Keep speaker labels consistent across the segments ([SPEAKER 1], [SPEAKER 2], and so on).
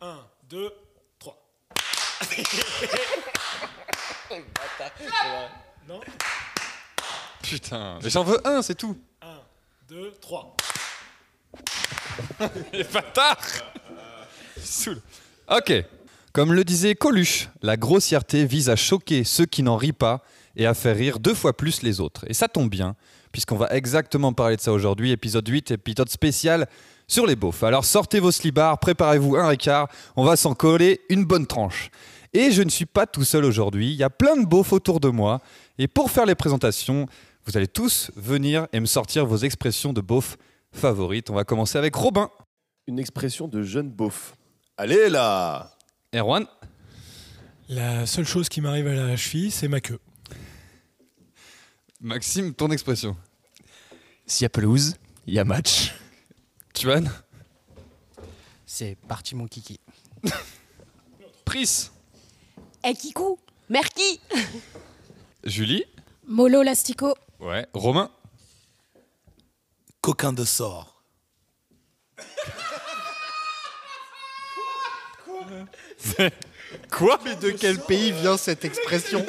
[SPEAKER 1] 1, 2, 3. Non
[SPEAKER 2] Putain, mais j'en veux un, c'est tout.
[SPEAKER 1] 1, 2, 3.
[SPEAKER 2] Les bâtards Saoul. Ok. Comme le disait Coluche, la grossièreté vise à choquer ceux qui n'en rient pas et à faire rire deux fois plus les autres. Et ça tombe bien, puisqu'on va exactement parler de ça aujourd'hui, épisode 8, épisode spécial sur les beaufs. Alors sortez vos slibards, préparez-vous un écart, on va s'en coller une bonne tranche. Et je ne suis pas tout seul aujourd'hui, il y a plein de beaufs autour de moi. Et pour faire les présentations, vous allez tous venir et me sortir vos expressions de beaufs favorites. On va commencer avec Robin,
[SPEAKER 3] Une expression de jeune beauf. Allez là
[SPEAKER 2] Erwan,
[SPEAKER 1] La seule chose qui m'arrive à la cheville, c'est ma queue.
[SPEAKER 2] Maxime, ton expression.
[SPEAKER 4] S'il y a pelouse, il y a match.
[SPEAKER 2] Tuan,
[SPEAKER 4] C'est parti mon kiki.
[SPEAKER 2] Pris,
[SPEAKER 5] Eh, Kikou Merki
[SPEAKER 2] Julie,
[SPEAKER 5] Molo Lastico.
[SPEAKER 2] ouais, Romain,
[SPEAKER 6] Coquin de sort.
[SPEAKER 2] Quoi
[SPEAKER 6] Mais de quel pays vient cette expression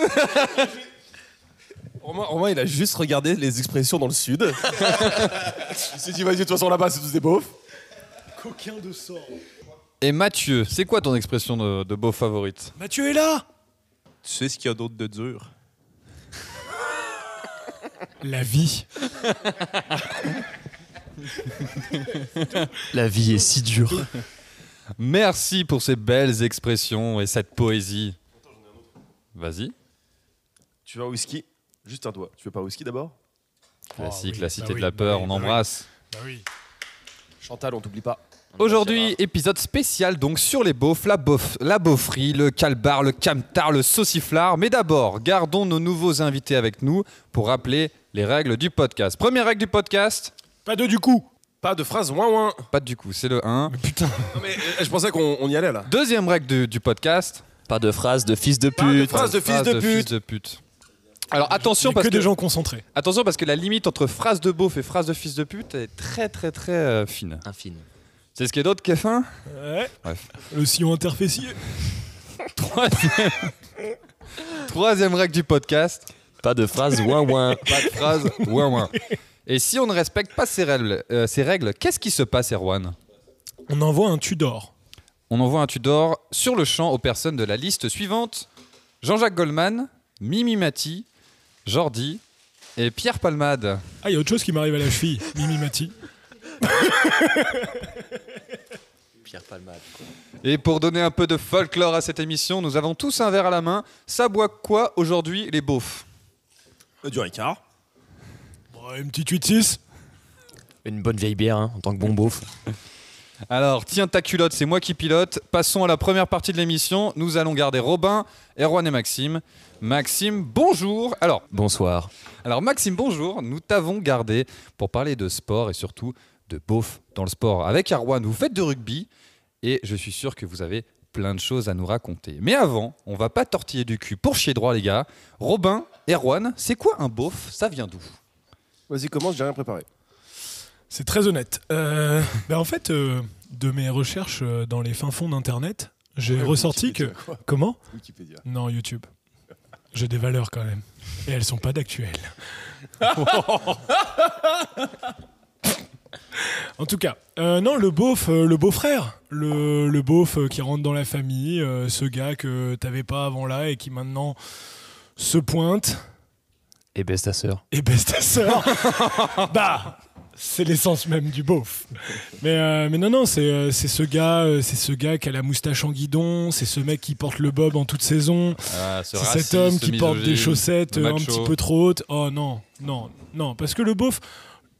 [SPEAKER 3] Romain, Romain, il a juste regardé les expressions dans le sud. il s'est dit, vas-y, de toute façon, là-bas, c'est tous des beaufs.
[SPEAKER 1] Coquin de sort.
[SPEAKER 2] et Mathieu. C'est quoi ton expression de, de beau favorite
[SPEAKER 1] Mathieu est là
[SPEAKER 7] Tu sais ce qu'il y a d'autre de dur?
[SPEAKER 1] La vie.
[SPEAKER 4] La vie est si dure.
[SPEAKER 2] Merci pour ces belles expressions et cette poésie. Vas-y,
[SPEAKER 3] Tu vas au whisky Juste un doigt. Tu veux pas au whisky d'abord
[SPEAKER 2] classique,
[SPEAKER 1] oui,
[SPEAKER 2] la cité
[SPEAKER 1] bah oui,
[SPEAKER 2] de la
[SPEAKER 1] bah
[SPEAKER 2] peur,
[SPEAKER 1] oui,
[SPEAKER 2] on
[SPEAKER 1] bah oui.
[SPEAKER 2] embrasse.
[SPEAKER 1] Bah oui.
[SPEAKER 3] Chantal, on t'oublie pas.
[SPEAKER 2] Aujourd'hui, épisode spécial donc sur les beaufs, la, beauf, la beaufrie, le calbar, le camtar, le sauciflard. Mais d'abord, gardons nos nouveaux invités avec nous pour rappeler les règles du podcast. Première règle du podcast,
[SPEAKER 1] Pas de du coup.
[SPEAKER 3] Pas de phrase ouin ouin.
[SPEAKER 2] pas du coup, c'est le 1.
[SPEAKER 3] Non, mais euh, je pensais qu'on on y allait là.
[SPEAKER 2] Deuxième règle du- du podcast,
[SPEAKER 4] Pas de phrase de fils de pute.
[SPEAKER 3] Phrase de fils de pute.
[SPEAKER 2] Alors attention parce
[SPEAKER 1] que,
[SPEAKER 2] que,
[SPEAKER 1] des gens concentrés.
[SPEAKER 2] attention parce que la limite entre phrase de beauf et phrase de fils de pute est très très très euh, fine.
[SPEAKER 4] Un film.
[SPEAKER 2] C'est ce qu'il y a d'autre qui est fin
[SPEAKER 1] Ouais.
[SPEAKER 2] Bref.
[SPEAKER 1] Le sillon interfécier.
[SPEAKER 2] Troisième Troisième règle du podcast,
[SPEAKER 4] Pas de phrase ouin ouin.
[SPEAKER 2] pas de phrase ouin ouin. Et si on ne respecte pas ces règles, euh, ces règles qu'est-ce qui se passe Erwan
[SPEAKER 1] On envoie un Tudor.
[SPEAKER 2] On envoie un Tudor sur le champ aux personnes de la liste suivante. Jean-Jacques Goldman, Mimi Mati, Jordi et Pierre Palmade.
[SPEAKER 1] Ah, il y a autre chose qui m'arrive à la cheville. Mimi Mati.
[SPEAKER 4] Pierre Palmade.
[SPEAKER 2] Et pour donner un peu de folklore à cette émission, nous avons tous un verre à la main. Ça boit quoi aujourd'hui les beaufs
[SPEAKER 7] Du Ricard.
[SPEAKER 1] Bon, une petite 8-6.
[SPEAKER 4] Une bonne vieille bière hein, en tant que bon beauf.
[SPEAKER 2] Alors, tiens ta culotte, c'est moi qui pilote. Passons à la première partie de l'émission. Nous allons garder Robin, Erwan et Maxime. Maxime, bonjour. Alors,
[SPEAKER 4] Bonsoir.
[SPEAKER 2] alors Maxime, bonjour. Nous t'avons gardé pour parler de sport et surtout de beaufs dans le sport. Avec Erwan, vous faites de rugby et je suis sûr que vous avez plein de choses à nous raconter. Mais avant, on va pas tortiller du cul pour chier droit les gars. Robin, Erwan, c'est quoi un beauf Ça vient d'où
[SPEAKER 3] Vas-y, commence, j'ai rien préparé.
[SPEAKER 1] C'est très honnête. Euh, bah, en fait, euh, de mes recherches euh, dans les fins fonds d'Internet, j'ai ressorti que... Comment
[SPEAKER 3] Wikipédia.
[SPEAKER 1] Non, YouTube. J'ai des valeurs quand même. Et elles sont pas d'actuelles. en tout cas, euh, non, le beauf, euh, le beau-frère, le, le beauf euh, qui rentre dans la famille, euh, ce gars que t'avais pas avant là et qui maintenant se pointe
[SPEAKER 4] Et baisse ta sœur.
[SPEAKER 1] et baisse ta sœur. bah, c'est l'essence même du beauf. Mais, euh, mais non, non, c'est euh, c'est ce gars, euh, c'est ce gars qui a la moustache en guidon, c'est ce mec qui porte le bob en toute saison.
[SPEAKER 3] Ah,
[SPEAKER 1] C'est cet homme qui porte des chaussettes
[SPEAKER 2] le
[SPEAKER 1] euh, un
[SPEAKER 2] macho.
[SPEAKER 1] petit peu trop hautes. Oh non, non, non. Parce que le beauf,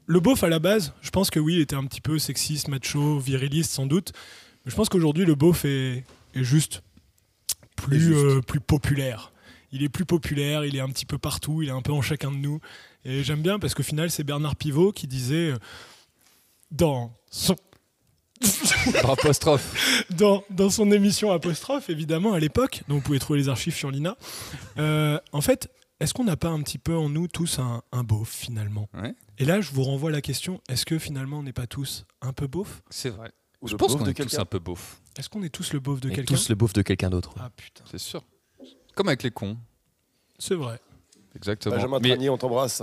[SPEAKER 1] le beauf à la base, je pense que oui, il était un petit peu sexiste, macho, viriliste sans doute. Mais je pense qu'aujourd'hui, le beauf est, est juste plus, euh, plus populaire. Il est plus populaire, il est un petit peu partout, il est un peu en chacun de nous. Et j'aime bien parce qu'au final, c'est Bernard Pivot qui disait euh, dans son
[SPEAKER 2] Par apostrophe.
[SPEAKER 1] dans, dans son émission Apostrophe, évidemment, à l'époque, dont vous pouvez trouver les archives sur l'INA. Euh, en fait, est-ce qu'on n'a pas un petit peu en nous tous un, un beauf, finalement
[SPEAKER 2] Ouais.
[SPEAKER 1] Et là, je vous renvoie la question, est-ce que finalement, on n'est pas tous un peu beauf
[SPEAKER 2] C'est vrai.
[SPEAKER 3] Ou
[SPEAKER 2] Je
[SPEAKER 3] le
[SPEAKER 2] pense
[SPEAKER 3] beauf
[SPEAKER 2] qu'on
[SPEAKER 3] de
[SPEAKER 2] est tous
[SPEAKER 3] quelqu'un.
[SPEAKER 2] un peu beauf.
[SPEAKER 1] Est-ce qu'on est tous le beauf de
[SPEAKER 4] Et
[SPEAKER 1] quelqu'un
[SPEAKER 4] tous le bouffe de quelqu'un d'autre.
[SPEAKER 1] Ah putain,
[SPEAKER 2] C'est sûr. Comme avec les cons.
[SPEAKER 1] c'est vrai.
[SPEAKER 2] Exactement.
[SPEAKER 3] Benjamin
[SPEAKER 2] Mais,
[SPEAKER 3] Tranier, on t'embrasse.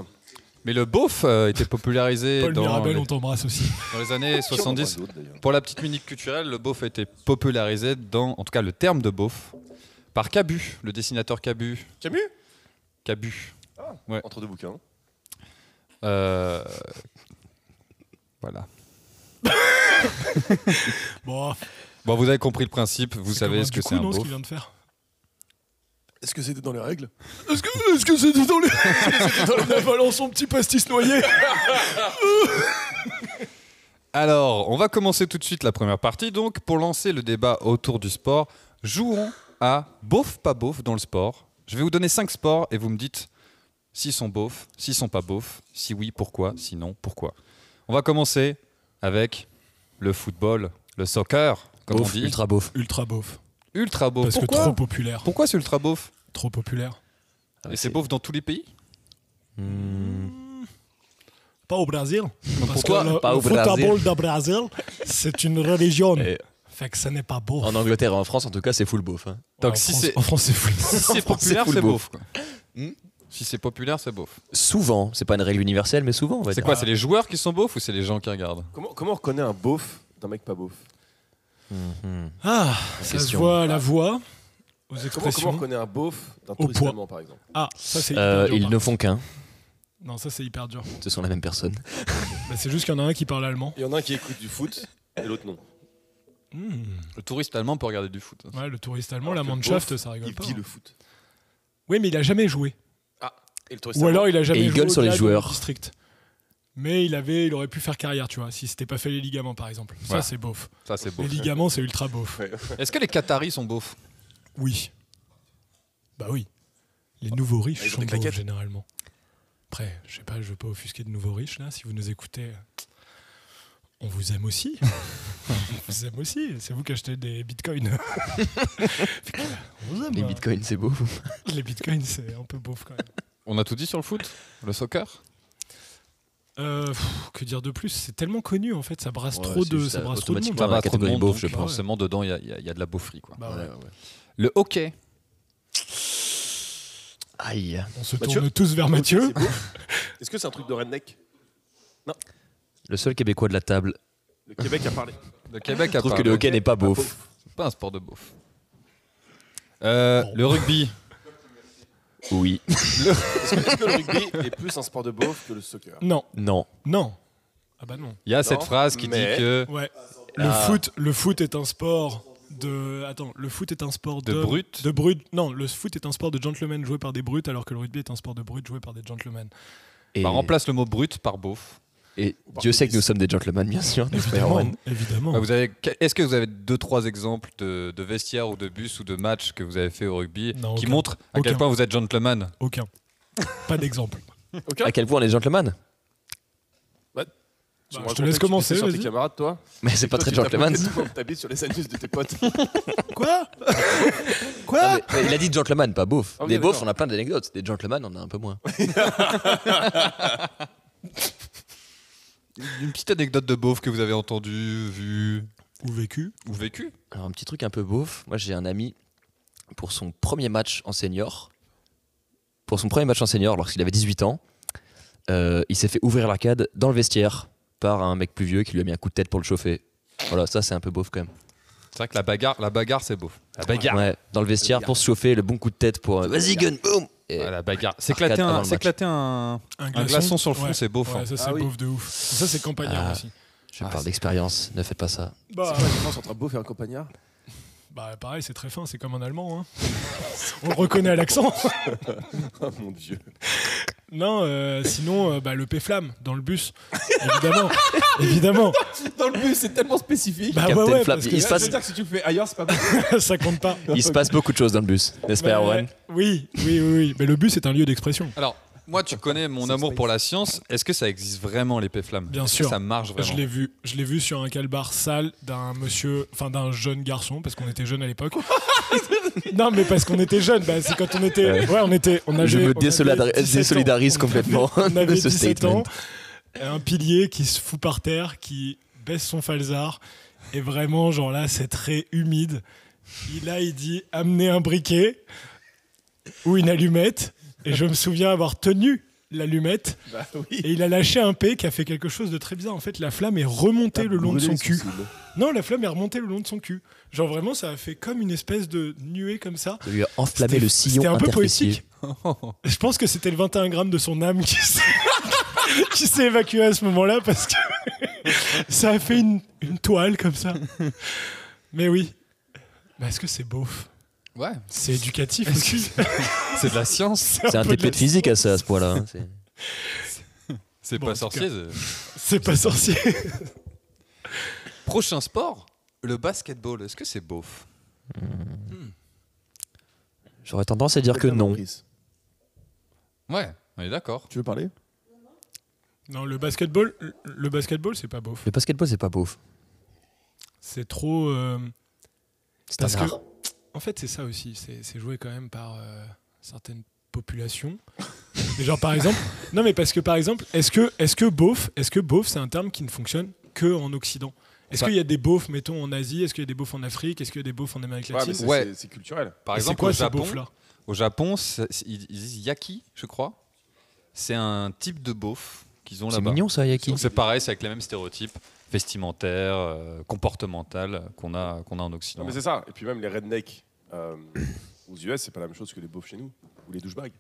[SPEAKER 2] mais le beauf euh, était popularisé
[SPEAKER 1] Paul
[SPEAKER 2] dans les,
[SPEAKER 1] Mirabel, on t'embrasse aussi.
[SPEAKER 2] dans les années
[SPEAKER 3] Qui en embrasse
[SPEAKER 2] 70.
[SPEAKER 3] d'autres, d'ailleurs.
[SPEAKER 2] Pour la petite minute culturelle, le beauf a été popularisé dans, en tout cas le terme de beauf, par Cabu, le dessinateur Cabu.
[SPEAKER 3] Camus
[SPEAKER 2] Cabu.
[SPEAKER 3] Entre deux bouquins.
[SPEAKER 2] Euh, Voilà.
[SPEAKER 1] Bon,
[SPEAKER 2] Bon, vous avez compris le principe, vous
[SPEAKER 1] c'est
[SPEAKER 2] savez
[SPEAKER 1] comme
[SPEAKER 2] ce
[SPEAKER 1] du
[SPEAKER 2] que
[SPEAKER 1] coup,
[SPEAKER 2] c'est un
[SPEAKER 1] non, ce
[SPEAKER 2] beauf.
[SPEAKER 1] qu'il vient de faire.
[SPEAKER 3] Est-ce que c'était dans les règles
[SPEAKER 1] Est-ce que, est-ce que c'était dans les... en avalant son petit pastis noyé
[SPEAKER 2] Alors, on va commencer tout de suite la première partie. Donc, pour lancer le débat autour du sport, jouons à beauf, pas beauf dans le sport. Je vais vous donner cinq sports et vous me dites s'ils sont beaufs, s'ils sont pas beaufs, si oui, pourquoi, si non, pourquoi. On va commencer avec le football, le soccer, comme
[SPEAKER 4] Beauf,
[SPEAKER 2] on dit.
[SPEAKER 4] ultra beauf.
[SPEAKER 1] Ultra beauf.
[SPEAKER 2] Ultra beauf.
[SPEAKER 1] Parce que
[SPEAKER 2] pourquoi
[SPEAKER 1] trop populaire.
[SPEAKER 2] Pourquoi c'est ultra beauf
[SPEAKER 1] Trop populaire.
[SPEAKER 4] bah
[SPEAKER 2] Et c'est beauf dans tous les pays
[SPEAKER 4] Hmm,
[SPEAKER 1] Pas au Brésil. Parce
[SPEAKER 4] pourquoi
[SPEAKER 1] que le,
[SPEAKER 4] pas
[SPEAKER 1] le
[SPEAKER 4] au Brésil
[SPEAKER 1] football de Brésil, c'est une religion.
[SPEAKER 4] Et
[SPEAKER 1] Fait que ça n'est pas beau.
[SPEAKER 4] En Angleterre et en France, en tout cas, c'est full beauf. hein.
[SPEAKER 2] Donc,
[SPEAKER 1] en,
[SPEAKER 2] si
[SPEAKER 1] France,
[SPEAKER 2] c'est-
[SPEAKER 1] en France, c'est fou.
[SPEAKER 2] Si c'est populaire,
[SPEAKER 4] full
[SPEAKER 2] c'est beauf.
[SPEAKER 4] beauf.
[SPEAKER 2] quoi. Hmm Si c'est populaire, c'est beauf.
[SPEAKER 4] Souvent, c'est pas une règle universelle, mais souvent, on va
[SPEAKER 2] C'est
[SPEAKER 4] dire.
[SPEAKER 2] quoi C'est les joueurs qui sont beaufs ou c'est les gens qui regardent
[SPEAKER 3] comment, comment on reconnaît un beauf d'un mec pas beauf
[SPEAKER 4] Hmm.
[SPEAKER 1] Ah, ça se
[SPEAKER 4] question.
[SPEAKER 1] voit à la voix, aux
[SPEAKER 3] comment, comment on
[SPEAKER 1] expressions.
[SPEAKER 3] reconnaît un beauf d'un
[SPEAKER 1] Au
[SPEAKER 3] touriste
[SPEAKER 1] poids.
[SPEAKER 3] allemand, par exemple
[SPEAKER 1] Ah, ça c'est hyper dur.
[SPEAKER 4] Euh, ils
[SPEAKER 1] par
[SPEAKER 4] ne
[SPEAKER 1] contre.
[SPEAKER 4] font qu'un.
[SPEAKER 1] Non, ça c'est hyper dur.
[SPEAKER 4] Ce sont la même personne.
[SPEAKER 1] Bah, c'est juste qu'il y en a un qui parle allemand.
[SPEAKER 3] Il y en a un qui écoute du foot et l'autre non.
[SPEAKER 1] Hmm.
[SPEAKER 2] Le touriste allemand peut regarder du foot.
[SPEAKER 1] Ouais, le touriste allemand, la
[SPEAKER 3] Alors que
[SPEAKER 1] Mannschaft,
[SPEAKER 3] beauf,
[SPEAKER 1] ça rigole
[SPEAKER 3] Il
[SPEAKER 1] pas.
[SPEAKER 3] vit
[SPEAKER 1] hein.
[SPEAKER 3] le foot.
[SPEAKER 1] Oui, mais il a jamais joué.
[SPEAKER 3] Et le touriste
[SPEAKER 1] Ou alors il a jamais
[SPEAKER 4] Et il
[SPEAKER 1] joué
[SPEAKER 4] gueule sur les
[SPEAKER 1] au-delà du
[SPEAKER 4] joueurs.
[SPEAKER 1] District. Mais il avait, il aurait pu faire carrière, tu vois, si c'était pas fait les ligaments par exemple. Ça
[SPEAKER 2] Ouais.
[SPEAKER 1] c'est beauf.
[SPEAKER 2] Ça, c'est beau.
[SPEAKER 1] Les ligaments c'est ultra beauf.
[SPEAKER 2] Est-ce que les Qataris sont beaufs
[SPEAKER 1] Oui. Bah oui. Les nouveaux riches
[SPEAKER 3] Ah, ils ont
[SPEAKER 1] sont
[SPEAKER 3] des
[SPEAKER 1] beaufs
[SPEAKER 3] claquettes.
[SPEAKER 1] généralement. Après, je sais pas, je veux pas offusquer de nouveaux riches là. Si vous nous écoutez, euh, on vous aime aussi. on vous aime aussi. C'est vous qui achetez des bitcoins. on vous aime.
[SPEAKER 4] Les
[SPEAKER 1] hein.
[SPEAKER 4] bitcoins, c'est beau.
[SPEAKER 1] Les bitcoins, c'est un peu beauf quand même.
[SPEAKER 2] On a tout dit sur le foot Le soccer
[SPEAKER 1] Euh, pff, que dire de plus C'est tellement connu en fait, ça brasse
[SPEAKER 4] Ouais,
[SPEAKER 1] trop
[SPEAKER 4] c'est
[SPEAKER 1] de,
[SPEAKER 4] juste,
[SPEAKER 1] ça
[SPEAKER 4] euh,
[SPEAKER 1] brasse trop de monde.
[SPEAKER 4] automatiquement, Dans la
[SPEAKER 2] trop de
[SPEAKER 4] catégorie
[SPEAKER 2] bah, monde,
[SPEAKER 4] beauf,
[SPEAKER 2] donc
[SPEAKER 4] je pense.
[SPEAKER 2] Forcément, dedans, il y a- il y, a- il y a de la beaufrie. Quoi.
[SPEAKER 1] Bah ouais.
[SPEAKER 2] Le hockey.
[SPEAKER 4] Aïe.
[SPEAKER 1] On se
[SPEAKER 3] Mathieu
[SPEAKER 1] tourne tous vers Mathieu.
[SPEAKER 3] Est-ce que c'est un truc de redneck
[SPEAKER 4] Le seul Québécois de la table
[SPEAKER 7] Le Québec a parlé.
[SPEAKER 2] Le Québec a
[SPEAKER 4] trouve
[SPEAKER 2] pas,
[SPEAKER 4] que le
[SPEAKER 2] un-
[SPEAKER 4] hockey n'est pas beauf.
[SPEAKER 3] beauf.
[SPEAKER 2] c'est pas un sport de beauf. Euh,
[SPEAKER 1] Bon.
[SPEAKER 2] Le rugby.
[SPEAKER 4] Oui.
[SPEAKER 3] Est-ce que le rugby est plus un sport de beauf que le soccer
[SPEAKER 1] Non,
[SPEAKER 4] Non.
[SPEAKER 1] non. Ah bah non.
[SPEAKER 2] Il y a cette phrase qui
[SPEAKER 3] mais-
[SPEAKER 2] dit que
[SPEAKER 1] Ouais. Le
[SPEAKER 2] Ah.
[SPEAKER 1] foot, le foot est un sport de. Attends, le foot est un sport
[SPEAKER 2] de
[SPEAKER 1] de.
[SPEAKER 2] brut.
[SPEAKER 1] De brut. Non, le foot est un sport de gentlemen joué par des brutes, alors que le rugby est un sport de brutes joué par des gentlemen.
[SPEAKER 4] Et,
[SPEAKER 2] Bah, remplace le mot brut par beauf.
[SPEAKER 4] et Dieu sait que nous sommes des gentlemen, bien sûr. n'est-ce pas,
[SPEAKER 1] Évidemment.
[SPEAKER 4] Erwan
[SPEAKER 1] évidemment.
[SPEAKER 2] Bah, vous avez, est-ce que vous avez deux, trois exemples de, de vestiaires ou de bus ou de matchs que vous avez fait au rugby
[SPEAKER 1] Non,
[SPEAKER 2] qui
[SPEAKER 1] aucun.
[SPEAKER 2] montrent à quel
[SPEAKER 1] Aucun.
[SPEAKER 2] point vous êtes gentleman
[SPEAKER 1] Aucun. Pas d'exemple.
[SPEAKER 4] À quel point on est gentlemen
[SPEAKER 3] Tu
[SPEAKER 1] Bah,
[SPEAKER 3] me
[SPEAKER 1] je te
[SPEAKER 3] racontais
[SPEAKER 1] laisse
[SPEAKER 3] que tu
[SPEAKER 1] commencer,
[SPEAKER 3] pissais sur tes
[SPEAKER 1] vas-y.
[SPEAKER 3] camarades, toi
[SPEAKER 4] Mais c'est pas
[SPEAKER 3] Toi,
[SPEAKER 4] très
[SPEAKER 3] tu tapais
[SPEAKER 4] gentleman.
[SPEAKER 3] des doigts, T'habites sur les anus de tes potes.
[SPEAKER 1] Quoi
[SPEAKER 4] Non, mais- mais il a dit gentleman, pas beauf.
[SPEAKER 3] Ah oui,
[SPEAKER 4] des beaufs,
[SPEAKER 3] d'accord.
[SPEAKER 4] on a plein d'anecdotes. Des gentlemen, on en a un peu moins.
[SPEAKER 2] Une petite anecdote de beauf que vous avez entendue, vue
[SPEAKER 1] Ou vécu
[SPEAKER 2] ou vécue
[SPEAKER 4] Alors, un petit truc un peu beauf. Moi, j'ai un ami pour son premier match en senior. Pour son premier match en senior, lorsqu'il avait 18 ans, euh, il s'est fait ouvrir l'arcade dans le vestiaire par un mec plus vieux qui lui a mis un coup de tête pour le chauffer. Voilà, ça c'est un peu beauf quand même.
[SPEAKER 2] C'est vrai que la bagarre, la bagarre c'est beauf. La
[SPEAKER 4] Ouais, dans le vestiaire pour se chauffer, le bon coup de tête pour. euh, Vas-y, gun, boum Et-
[SPEAKER 2] Ouais, la bagarre. hein,
[SPEAKER 4] Arcade
[SPEAKER 2] S'éclater
[SPEAKER 4] avant
[SPEAKER 2] un,
[SPEAKER 4] le
[SPEAKER 2] s'éclater un, un glaçon sur le front,
[SPEAKER 1] Ouais.
[SPEAKER 2] c'est beauf. hein.
[SPEAKER 1] Ouais, ça c'est
[SPEAKER 3] Ah oui.
[SPEAKER 1] beauf de ouf. Ça c'est campagnard
[SPEAKER 4] Ah.
[SPEAKER 1] aussi.
[SPEAKER 4] Je
[SPEAKER 2] Ah,
[SPEAKER 4] parle
[SPEAKER 2] c'est-
[SPEAKER 4] d'expérience, ne faites pas ça.
[SPEAKER 1] Bah,
[SPEAKER 3] C'est quoi la différence entre un beauf et un compagnard
[SPEAKER 1] bah, pareil, c'est très fin, c'est comme un allemand. hein. On le reconnaît à l'accent.
[SPEAKER 3] Ah mon dieu.
[SPEAKER 1] Non, euh, sinon, euh, bah, le P-Flamme dans le bus. Évidemment. Évidemment.
[SPEAKER 3] Dans le bus, c'est tellement spécifique.
[SPEAKER 1] Bah,
[SPEAKER 4] Captain
[SPEAKER 1] ouais, ouais,
[SPEAKER 4] Flap,
[SPEAKER 1] parce
[SPEAKER 4] il se
[SPEAKER 1] que
[SPEAKER 4] passe,
[SPEAKER 7] C'est-à-dire que si tu le fais ailleurs, c'est pas bon.
[SPEAKER 1] ça compte pas.
[SPEAKER 4] il se passe beaucoup de choses dans le bus, n'est-ce pas,
[SPEAKER 1] Mais-
[SPEAKER 4] Erwan
[SPEAKER 1] Bah, oui, oui, oui, oui. Mais le bus est un lieu d'expression.
[SPEAKER 2] Alors, moi, tu connais mon amour pour la science. Est-ce que ça existe vraiment l'épée flamme
[SPEAKER 1] Bien
[SPEAKER 2] Est-ce que
[SPEAKER 1] sûr.
[SPEAKER 2] ça marche
[SPEAKER 1] Je
[SPEAKER 2] vraiment.
[SPEAKER 1] l'ai vu, je l'ai vu sur un calbar sale d'un monsieur, enfin d'un jeune garçon parce qu'on était jeunes à l'époque. non, mais parce qu'on était jeunes, bah, c'est quand on était, ouais, on était, on avait,
[SPEAKER 4] Je me
[SPEAKER 1] on avait
[SPEAKER 4] désolidar-
[SPEAKER 1] 17 ans.
[SPEAKER 4] désolidarise
[SPEAKER 1] On
[SPEAKER 4] complètement
[SPEAKER 1] avait- on avait
[SPEAKER 4] de ce
[SPEAKER 1] 17
[SPEAKER 4] statement.
[SPEAKER 1] ans, un pilier qui se fout par terre, qui baisse son falzar Et vraiment, genre là, c'est très humide. Il a, il dit amener un briquet ou une allumette. Et je me souviens avoir tenu l'allumette.
[SPEAKER 7] Bah oui.
[SPEAKER 1] Et il a lâché un P qui a fait quelque chose de très bizarre. En fait, la flamme est remontée le long de son cul. Non, la flamme est remontée le long de son cul. Genre vraiment, ça a fait comme une espèce de nuée comme ça.
[SPEAKER 4] Ça lui a enflammé
[SPEAKER 1] C'était-
[SPEAKER 4] le sillon
[SPEAKER 1] c'était un peu
[SPEAKER 4] interfécié.
[SPEAKER 1] poétique. Je pense que c'était le 21 grammes de son âme qui s'est, qui s'est évacué à ce moment-là parce que ça a fait une, une toile comme ça. Mais oui. Bah, est-ce que c'est beauf
[SPEAKER 2] Ouais,
[SPEAKER 1] C'est éducatif aussi.
[SPEAKER 2] c'est de la science.
[SPEAKER 4] C'est un
[SPEAKER 1] peu de
[SPEAKER 4] TP de
[SPEAKER 1] la-
[SPEAKER 4] physique à ça, à ce point-là. hein. C'est-
[SPEAKER 2] C'est
[SPEAKER 1] Bon, en
[SPEAKER 2] pas
[SPEAKER 1] tout
[SPEAKER 2] sorcier.
[SPEAKER 1] cas.
[SPEAKER 2] c'est-
[SPEAKER 1] C'est pas sorcier.
[SPEAKER 2] Prochain sport, le basketball. Est-ce que c'est beauf
[SPEAKER 4] J'aurais tendance à dire que non.
[SPEAKER 2] Ouais, on est d'accord.
[SPEAKER 3] Tu veux parler
[SPEAKER 1] Non, le basketball, le basketball, c'est pas beauf.
[SPEAKER 4] Le basketball, c'est pas beauf.
[SPEAKER 1] C'est trop. euh,
[SPEAKER 4] C'est
[SPEAKER 1] parce
[SPEAKER 4] un
[SPEAKER 1] que,
[SPEAKER 4] art.
[SPEAKER 1] en fait, c'est ça aussi. C'est c'est joué quand même par euh, certaines populations. Mais genre, par exemple, non, mais parce que par exemple, est-ce que, est-ce que beauf, est-ce que beauf, c'est un terme qui ne fonctionne que en Occident Est-ce
[SPEAKER 2] Enfin-
[SPEAKER 1] qu'il y a des beaufs, mettons, en Asie Est-ce qu'il y a des beaufs en Afrique Est-ce qu'il y a des beaufs en Amérique
[SPEAKER 7] Ouais, mais
[SPEAKER 1] latine
[SPEAKER 7] c'est-
[SPEAKER 2] Ouais.
[SPEAKER 7] c'est- c'est culturel.
[SPEAKER 2] Par
[SPEAKER 1] Et c'est
[SPEAKER 2] exemple,
[SPEAKER 1] quoi
[SPEAKER 2] au
[SPEAKER 1] ces
[SPEAKER 2] Japon,
[SPEAKER 1] beaufs-là
[SPEAKER 2] au Japon, c'est- ils ils disent yaki, je crois. C'est un type de beauf qu'ils ont
[SPEAKER 4] C'est
[SPEAKER 2] là-bas.
[SPEAKER 4] mignon, ça, Yaki.
[SPEAKER 2] Donc C'est pareil, c'est avec les mêmes stéréotypes vestimentaires, euh, comportementales euh, qu'on a, qu'on a en Occident.
[SPEAKER 7] Non, mais c'est ça. Et puis même les rednecks euh, aux US, c'est pas la même chose que les beaufs chez nous ou les douchebags.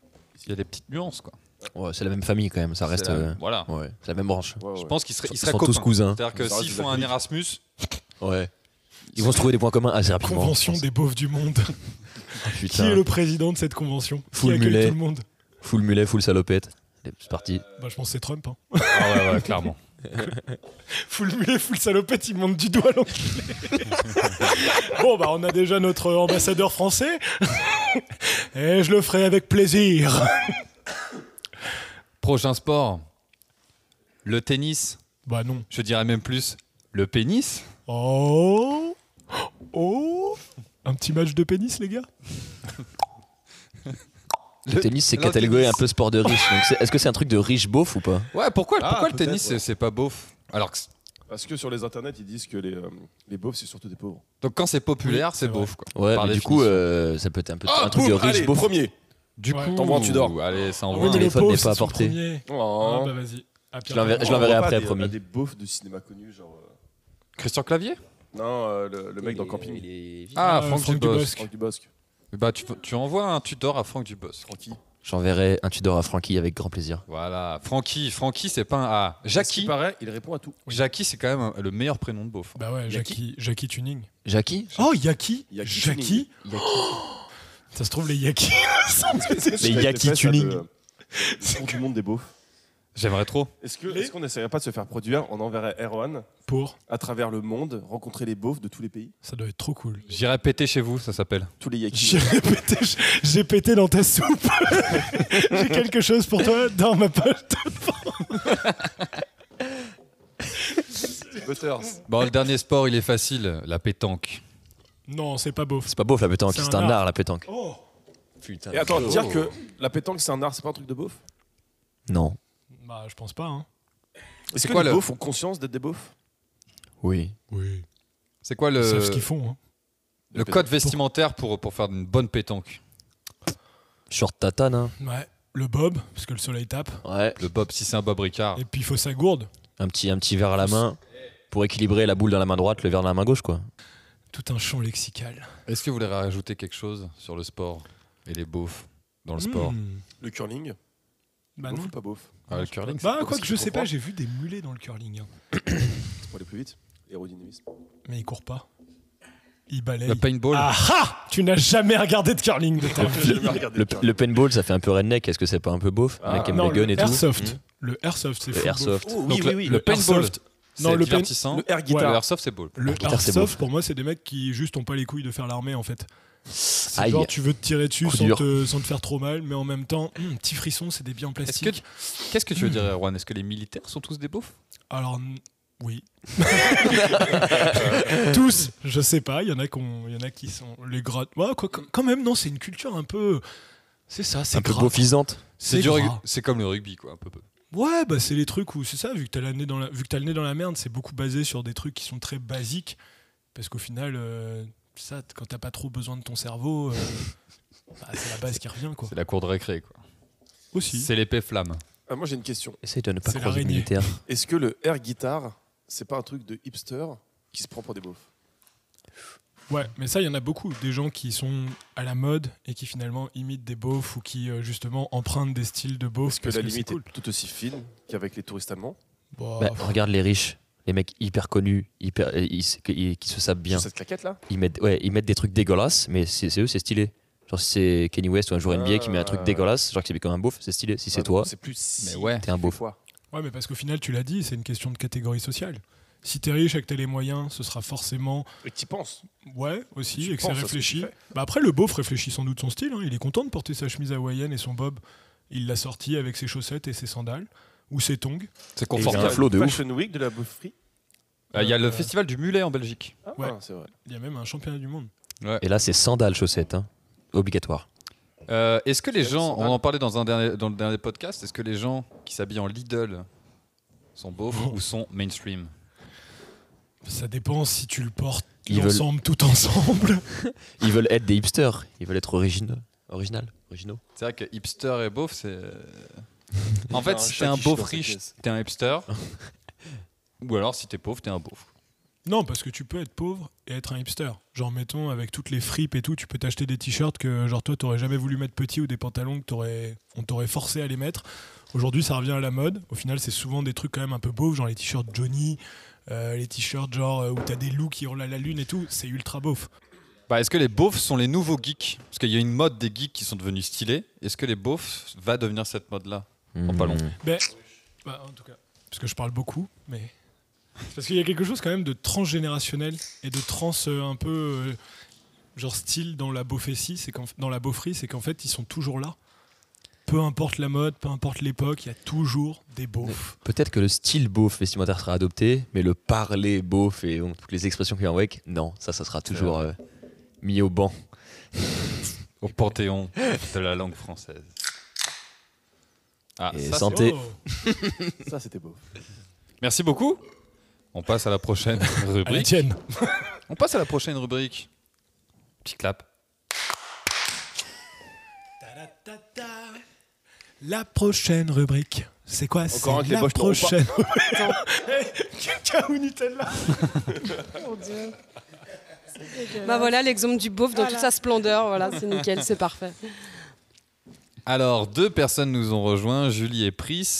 [SPEAKER 2] Il y a des petites nuances, quoi.
[SPEAKER 4] Ouais, c'est la même famille, quand même. Ça reste.
[SPEAKER 2] C'est la-
[SPEAKER 4] euh,
[SPEAKER 2] Voilà.
[SPEAKER 4] Ouais, c'est la même branche.
[SPEAKER 7] Ouais,
[SPEAKER 2] Je
[SPEAKER 7] ouais.
[SPEAKER 2] pense qu'ils seraient,
[SPEAKER 4] Ils
[SPEAKER 2] ils
[SPEAKER 4] sont
[SPEAKER 2] seraient
[SPEAKER 4] tous
[SPEAKER 2] copains.
[SPEAKER 4] cousins.
[SPEAKER 2] C'est-à-dire que
[SPEAKER 7] Ça reste
[SPEAKER 2] s'ils
[SPEAKER 7] des
[SPEAKER 2] font un
[SPEAKER 7] Africains.
[SPEAKER 2] Erasmus,
[SPEAKER 4] Ouais. Ils vont se trouver des points communs assez rapidement.
[SPEAKER 1] Convention
[SPEAKER 4] je pense.
[SPEAKER 1] des beaufs du monde.
[SPEAKER 4] Ah,
[SPEAKER 1] Qui
[SPEAKER 4] Putain.
[SPEAKER 1] est le président de cette convention Qui
[SPEAKER 4] Full
[SPEAKER 1] accueille
[SPEAKER 4] mulet.
[SPEAKER 1] tout le monde
[SPEAKER 4] Full mulet, full salopette. C'est parti.
[SPEAKER 1] bah, Je pense que c'est Trump. Hein.
[SPEAKER 2] ah ouais, ouais, clairement.
[SPEAKER 1] Full mulet, full salopette, il monte du doigt l'enculé. bon, bah, on a déjà notre ambassadeur français. Et je le ferai avec plaisir.
[SPEAKER 2] Prochain sport, le tennis.
[SPEAKER 1] Bah, non.
[SPEAKER 2] Je dirais même plus le pénis.
[SPEAKER 1] Oh. Oh. Un petit match de pénis, les gars
[SPEAKER 4] Le tennis, c'est
[SPEAKER 2] le
[SPEAKER 4] catégorie
[SPEAKER 2] tennis.
[SPEAKER 4] un peu sport de riche. Donc, c'est- est-ce que c'est un truc de riche beauf ou pas
[SPEAKER 2] Ouais, pourquoi,
[SPEAKER 3] Ah,
[SPEAKER 2] pourquoi le
[SPEAKER 3] peut-être,
[SPEAKER 2] tennis,
[SPEAKER 3] ouais.
[SPEAKER 2] c'est- c'est pas beauf Alors que,
[SPEAKER 7] Parce que sur les internets, ils disent que les, euh, les beaufs, c'est surtout des pauvres.
[SPEAKER 2] donc quand c'est populaire,
[SPEAKER 1] Oui,
[SPEAKER 2] c'est
[SPEAKER 1] c'est
[SPEAKER 2] beauf. Quoi,
[SPEAKER 4] Ouais,
[SPEAKER 2] Par
[SPEAKER 4] mais du
[SPEAKER 2] définition.
[SPEAKER 4] coup, euh, ça peut être un, peu,
[SPEAKER 1] Ah,
[SPEAKER 4] un truc de
[SPEAKER 7] boum,
[SPEAKER 4] riche
[SPEAKER 7] allez,
[SPEAKER 4] beauf.
[SPEAKER 7] premier.
[SPEAKER 2] du
[SPEAKER 1] Ouais.
[SPEAKER 2] coup,
[SPEAKER 1] T'en
[SPEAKER 7] vends, tu dors.
[SPEAKER 2] Allez, ça
[SPEAKER 1] Ah
[SPEAKER 2] envoie.
[SPEAKER 1] oui, mais le
[SPEAKER 4] téléphone
[SPEAKER 1] pauvre,
[SPEAKER 4] n'est
[SPEAKER 1] c'est
[SPEAKER 4] pas
[SPEAKER 1] son
[SPEAKER 4] apporté.
[SPEAKER 1] premier. Ah, bah, vas-y. À Pierre
[SPEAKER 4] Je l'enverrai-
[SPEAKER 1] Perrin.
[SPEAKER 4] je l'enverrai
[SPEAKER 7] On voit
[SPEAKER 4] après,
[SPEAKER 7] Oh. pas des, euh,
[SPEAKER 4] promis.
[SPEAKER 7] Des beaufs de cinéma connus, genre. euh,
[SPEAKER 2] Christian Clavier
[SPEAKER 7] Non, euh, le, le mec dans Camping.
[SPEAKER 2] Ah,
[SPEAKER 1] euh,
[SPEAKER 2] Franck
[SPEAKER 1] Franck
[SPEAKER 2] Dubosc.
[SPEAKER 1] Dubosc.
[SPEAKER 7] Franck Dubosc.
[SPEAKER 2] Bah, tu, tu envoies un tutor à Franck Dubosc.
[SPEAKER 7] Francky.
[SPEAKER 4] J'enverrai un Tudor à Francky avec grand plaisir.
[SPEAKER 2] Voilà, Francky, Francky, c'est pas un A.
[SPEAKER 7] Il
[SPEAKER 2] Jackie,
[SPEAKER 7] paraît, il répond à tout.
[SPEAKER 2] Jackie, c'est quand même un- le meilleur prénom de beauf.
[SPEAKER 1] Bah ouais,
[SPEAKER 7] Yaki.
[SPEAKER 1] Jackie, Jackie Tuning.
[SPEAKER 4] Jackie
[SPEAKER 1] Oh, Yaki
[SPEAKER 7] Yaki
[SPEAKER 1] Jackie Ça se trouve, les Yaki.
[SPEAKER 7] Les
[SPEAKER 4] Yaki Tuning.
[SPEAKER 7] C'est du monde des beaufs.
[SPEAKER 2] J'aimerais trop.
[SPEAKER 7] Est-ce que- est-ce qu'on n'essayerait pas de se faire produire On enverrait Erwan
[SPEAKER 1] Pour,
[SPEAKER 7] à travers le monde, rencontrer les beaufs de tous les pays,
[SPEAKER 1] ça doit être trop cool.
[SPEAKER 2] J'irai péter chez vous, ça s'appelle.
[SPEAKER 7] tous les Yaki.
[SPEAKER 1] J'ai pété, j'ai pété dans ta soupe. j'ai quelque chose pour toi dans ma poche.
[SPEAKER 2] Bon, le dernier sport, il est facile, la pétanque.
[SPEAKER 1] Non, c'est pas beauf.
[SPEAKER 4] C'est pas beauf la pétanque,
[SPEAKER 1] C'est
[SPEAKER 4] c'est
[SPEAKER 1] un
[SPEAKER 4] un
[SPEAKER 1] art.
[SPEAKER 4] art la pétanque.
[SPEAKER 1] Oh.
[SPEAKER 4] Putain.
[SPEAKER 7] Et attends,
[SPEAKER 4] Oh.
[SPEAKER 7] dire que la pétanque c'est un art, c'est pas un truc de beauf
[SPEAKER 4] Non.
[SPEAKER 1] Bah, je pense pas. Hein.
[SPEAKER 7] Est-ce
[SPEAKER 2] C'est
[SPEAKER 7] que
[SPEAKER 2] quoi
[SPEAKER 7] les
[SPEAKER 2] le-
[SPEAKER 7] beaufs ont conscience d'être des beaufs
[SPEAKER 4] Oui.
[SPEAKER 1] Oui.
[SPEAKER 2] C'est quoi
[SPEAKER 1] Ils
[SPEAKER 2] le,
[SPEAKER 1] savent ce qu'ils font. hein.
[SPEAKER 2] le code vestimentaire pour, pour faire une bonne pétanque
[SPEAKER 4] Short tatane. hein.
[SPEAKER 1] Ouais. Le bob, parce que le soleil tape.
[SPEAKER 4] Ouais.
[SPEAKER 2] Le bob, si c'est un bob Ricard.
[SPEAKER 1] Et puis, il faut sa gourde.
[SPEAKER 4] Un petit, un petit verre à la main pour équilibrer la boule dans la main droite, le verre dans la main gauche, quoi.
[SPEAKER 1] Tout un champ lexical.
[SPEAKER 2] Est-ce que vous voulez rajouter quelque chose sur le sport et les beaufs dans le sport
[SPEAKER 1] Hmm.
[SPEAKER 7] Le curling
[SPEAKER 1] Bah,
[SPEAKER 7] Beauf
[SPEAKER 1] non.
[SPEAKER 7] ou pas beauf
[SPEAKER 2] Ah, Le curling
[SPEAKER 1] Bah, quoi
[SPEAKER 7] pas parce
[SPEAKER 1] que
[SPEAKER 7] qu'il
[SPEAKER 1] je
[SPEAKER 7] faut
[SPEAKER 1] sais pas,
[SPEAKER 7] croire.
[SPEAKER 1] j'ai vu des mulets dans le curling. hein.
[SPEAKER 7] C'est pour aller plus vite. Aérodynamisme.
[SPEAKER 1] Mais ils courent pas. Ils
[SPEAKER 2] Le
[SPEAKER 1] balayent.
[SPEAKER 2] paintball
[SPEAKER 1] Ah ah Tu n'as jamais regardé de curling de ta vie.
[SPEAKER 4] Le, le paintball, ça fait un peu redneck. Est-ce que c'est pas un peu beauf
[SPEAKER 7] Ah.
[SPEAKER 4] Avec
[SPEAKER 1] Non,
[SPEAKER 4] les guns
[SPEAKER 1] le
[SPEAKER 4] et tout.
[SPEAKER 1] airsoft.
[SPEAKER 4] Mmh.
[SPEAKER 1] Le airsoft, c'est
[SPEAKER 4] Le Oh,
[SPEAKER 1] fou.
[SPEAKER 4] airsoft.
[SPEAKER 2] Hmm.
[SPEAKER 7] Oh,
[SPEAKER 2] Donc, le, le
[SPEAKER 1] Le
[SPEAKER 2] paintball,
[SPEAKER 1] airsoft.
[SPEAKER 2] c'est
[SPEAKER 1] Non, le pain-
[SPEAKER 2] divertissant.
[SPEAKER 7] Le air
[SPEAKER 2] Le
[SPEAKER 7] guitar.
[SPEAKER 2] airsoft, c'est beau.
[SPEAKER 1] Le
[SPEAKER 4] guitare, c'est
[SPEAKER 1] airsoft, pour moi, c'est des mecs qui juste ont pas les couilles de faire l'armée en fait. C'est
[SPEAKER 4] Aïe.
[SPEAKER 1] genre, tu veux te tirer dessus
[SPEAKER 4] Coup
[SPEAKER 1] sans
[SPEAKER 4] dur.
[SPEAKER 1] te, sans te faire trop mal, mais en même temps, hum, petit frisson, c'est des biens en
[SPEAKER 2] Est-ce que
[SPEAKER 1] plastique.
[SPEAKER 2] tu- Qu'est-ce que tu veux dire, Erwan Est-ce que les militaires sont tous des beaufs
[SPEAKER 1] Alors, n- oui. Tous, je sais pas, il y, en a qu'on- il y en a qui sont les grades. Ouais, quoi, quand quand même, non, c'est une culture un peu. C'est ça, c'est
[SPEAKER 4] Un peu
[SPEAKER 1] gras.
[SPEAKER 4] beaufisante.
[SPEAKER 1] C'est
[SPEAKER 2] du rug-
[SPEAKER 1] gras.
[SPEAKER 2] C'est comme le rugby, quoi, un peu.
[SPEAKER 1] Ouais, bah c'est les trucs où c'est ça, vu que t'as le nez dans la, vu que t'as le nez dans la merde, c'est beaucoup basé sur des trucs qui sont très basiques, parce qu'au final, euh, ça, t- quand t'as pas trop besoin de ton cerveau, euh, bah, c'est la base qui revient quoi.
[SPEAKER 2] C'est la cour de récré, quoi.
[SPEAKER 1] Aussi.
[SPEAKER 2] C'est l'épée flamme.
[SPEAKER 7] Ah, moi, j'ai une question.
[SPEAKER 4] Essaye de ne pas
[SPEAKER 1] C'est
[SPEAKER 4] croiser de
[SPEAKER 1] l'araignée.
[SPEAKER 4] militaire.
[SPEAKER 7] Est-ce que le air guitar, c'est pas un truc de hipster qui se prend pour des beaufs
[SPEAKER 1] Ouais, mais ça, il y en a beaucoup, des gens qui sont à la mode et qui finalement imitent des beaufs ou qui euh, justement empruntent des styles de beaufs.
[SPEAKER 7] Parce que
[SPEAKER 1] parce
[SPEAKER 7] la
[SPEAKER 1] que c'est
[SPEAKER 7] limite
[SPEAKER 1] cool.
[SPEAKER 7] est tout aussi fine qu'avec les touristes allemands.
[SPEAKER 1] Bah,
[SPEAKER 4] Bah, regarde les riches, les mecs hyper connus, hyper, euh, ils, s- qui- qui se savent bien.
[SPEAKER 7] Cette claquette là
[SPEAKER 4] Ils mettent, ouais, ils mettent des trucs dégueulasses, mais c'est c'est eux, c'est stylé. Genre si c'est Kenny West ou un joueur NBA qui met un truc
[SPEAKER 7] Ah.
[SPEAKER 4] dégueulasse, genre qui est comme un beauf, c'est stylé. Si Ah, c'est toi,
[SPEAKER 7] C'est plus si.
[SPEAKER 2] Mais ouais.
[SPEAKER 4] t'es un beauf.
[SPEAKER 7] Quoi
[SPEAKER 1] Ouais, mais parce qu'au final, tu l'as dit, c'est une question de catégorie sociale. Si t'es riche et que t'as les moyens, ce sera forcément.
[SPEAKER 7] Et que t'y penses.
[SPEAKER 1] Ouais, aussi,
[SPEAKER 7] Tu
[SPEAKER 1] et que c'est
[SPEAKER 7] penses à ce que tu
[SPEAKER 1] réfléchi.
[SPEAKER 7] fais.
[SPEAKER 1] Bah après, le beauf réfléchit sans doute son style. hein. Il est content de porter sa chemise hawaïenne et son bob. Il l'a sorti avec ses chaussettes et ses sandales, ou ses tongs.
[SPEAKER 2] C'est
[SPEAKER 4] il y a un
[SPEAKER 7] Il y a
[SPEAKER 2] confortable.
[SPEAKER 4] flot de
[SPEAKER 7] le
[SPEAKER 4] ouf.
[SPEAKER 7] Fashion Week de la beaufrie.
[SPEAKER 2] Euh, Il y a le festival du mulet en Belgique.
[SPEAKER 7] Ah,
[SPEAKER 1] Ouais.
[SPEAKER 7] c'est vrai.
[SPEAKER 1] Il y a même un championnat du monde.
[SPEAKER 4] Et là, c'est sandales chaussettes, hein. obligatoire.
[SPEAKER 2] Euh, est-ce que les
[SPEAKER 7] C'est
[SPEAKER 2] gens, on
[SPEAKER 7] vrai.
[SPEAKER 2] en parlait dans, un dernier, dans le dernier podcast, est-ce que les gens qui s'habillent en Lidl sont beaufs ou sont mainstream
[SPEAKER 1] Ça dépend si tu le portes
[SPEAKER 4] Ils veulent-
[SPEAKER 1] ensemble, tout ensemble.
[SPEAKER 4] Ils veulent être des hipsters, ils veulent être originaux, original, originaux.
[SPEAKER 2] C'est vrai que hipster et beauf, c'est. en fait,
[SPEAKER 7] un
[SPEAKER 2] si t'es
[SPEAKER 7] chat
[SPEAKER 2] un
[SPEAKER 7] qui chie
[SPEAKER 2] beauf
[SPEAKER 7] dans sa
[SPEAKER 2] riche,
[SPEAKER 7] pièce.
[SPEAKER 2] t'es un hipster. ou alors, si t'es pauvre, t'es un beauf.
[SPEAKER 1] non, parce que tu peux être pauvre et être un hipster. Genre, mettons, avec toutes les fripes et tout, tu peux t'acheter des t-shirts que, genre, toi, t'aurais jamais voulu mettre petit ou des pantalons que t'aurais, on t'aurait forcé à les mettre. Aujourd'hui, ça revient à la mode. Au final, c'est souvent des trucs quand même un peu beaufs, genre les t-shirts Johnny, euh, les t-shirts genre euh, où t'as des loups qui hurlent à la lune et tout. C'est ultra beauf.
[SPEAKER 2] Bah, est-ce que les beaufs sont les nouveaux geeks Parce qu'il y a une mode des geeks qui sont devenus stylés. Est-ce que les beaufs va devenir cette mode-là
[SPEAKER 4] Hmm.
[SPEAKER 7] Hmm.
[SPEAKER 2] En pas long.
[SPEAKER 1] Mais, bah, en tout cas, parce que je parle beaucoup, mais. Parce qu'il y a quelque chose quand même de transgénérationnel et de trans euh, un peu euh, genre style dans la beaufessie, c'est qu'en- dans la beaufrie, c'est qu'en fait ils sont toujours là. Peu importe la mode, peu importe l'époque, il y a toujours des beaufs.
[SPEAKER 4] Peut-être que le style beauf vestimentaire sera adopté, mais le parler beauf et bon, toutes les expressions qui vont avec, non, ça, ça sera toujours euh, mis au banc.
[SPEAKER 2] Au panthéon de la langue française. Ah,
[SPEAKER 4] Et
[SPEAKER 2] ça,
[SPEAKER 4] sans-
[SPEAKER 2] c'est-
[SPEAKER 1] Oh.
[SPEAKER 7] Ça, c'était beau.
[SPEAKER 2] Merci beaucoup. On passe à la prochaine
[SPEAKER 1] À la
[SPEAKER 2] rubrique.
[SPEAKER 1] tienne.
[SPEAKER 2] On passe à la prochaine rubrique. Petit clap.
[SPEAKER 1] La prochaine rubrique. C'est quoi C'est
[SPEAKER 7] un que les
[SPEAKER 1] la
[SPEAKER 7] boches n'auront pas.
[SPEAKER 1] prochaine. Cacao Nutella.
[SPEAKER 8] Bah voilà l'exemple du beauf dans toute sa splendeur. Voilà, c'est nickel, c'est parfait.
[SPEAKER 2] Alors, deux personnes nous ont rejoints, Julie et Pris.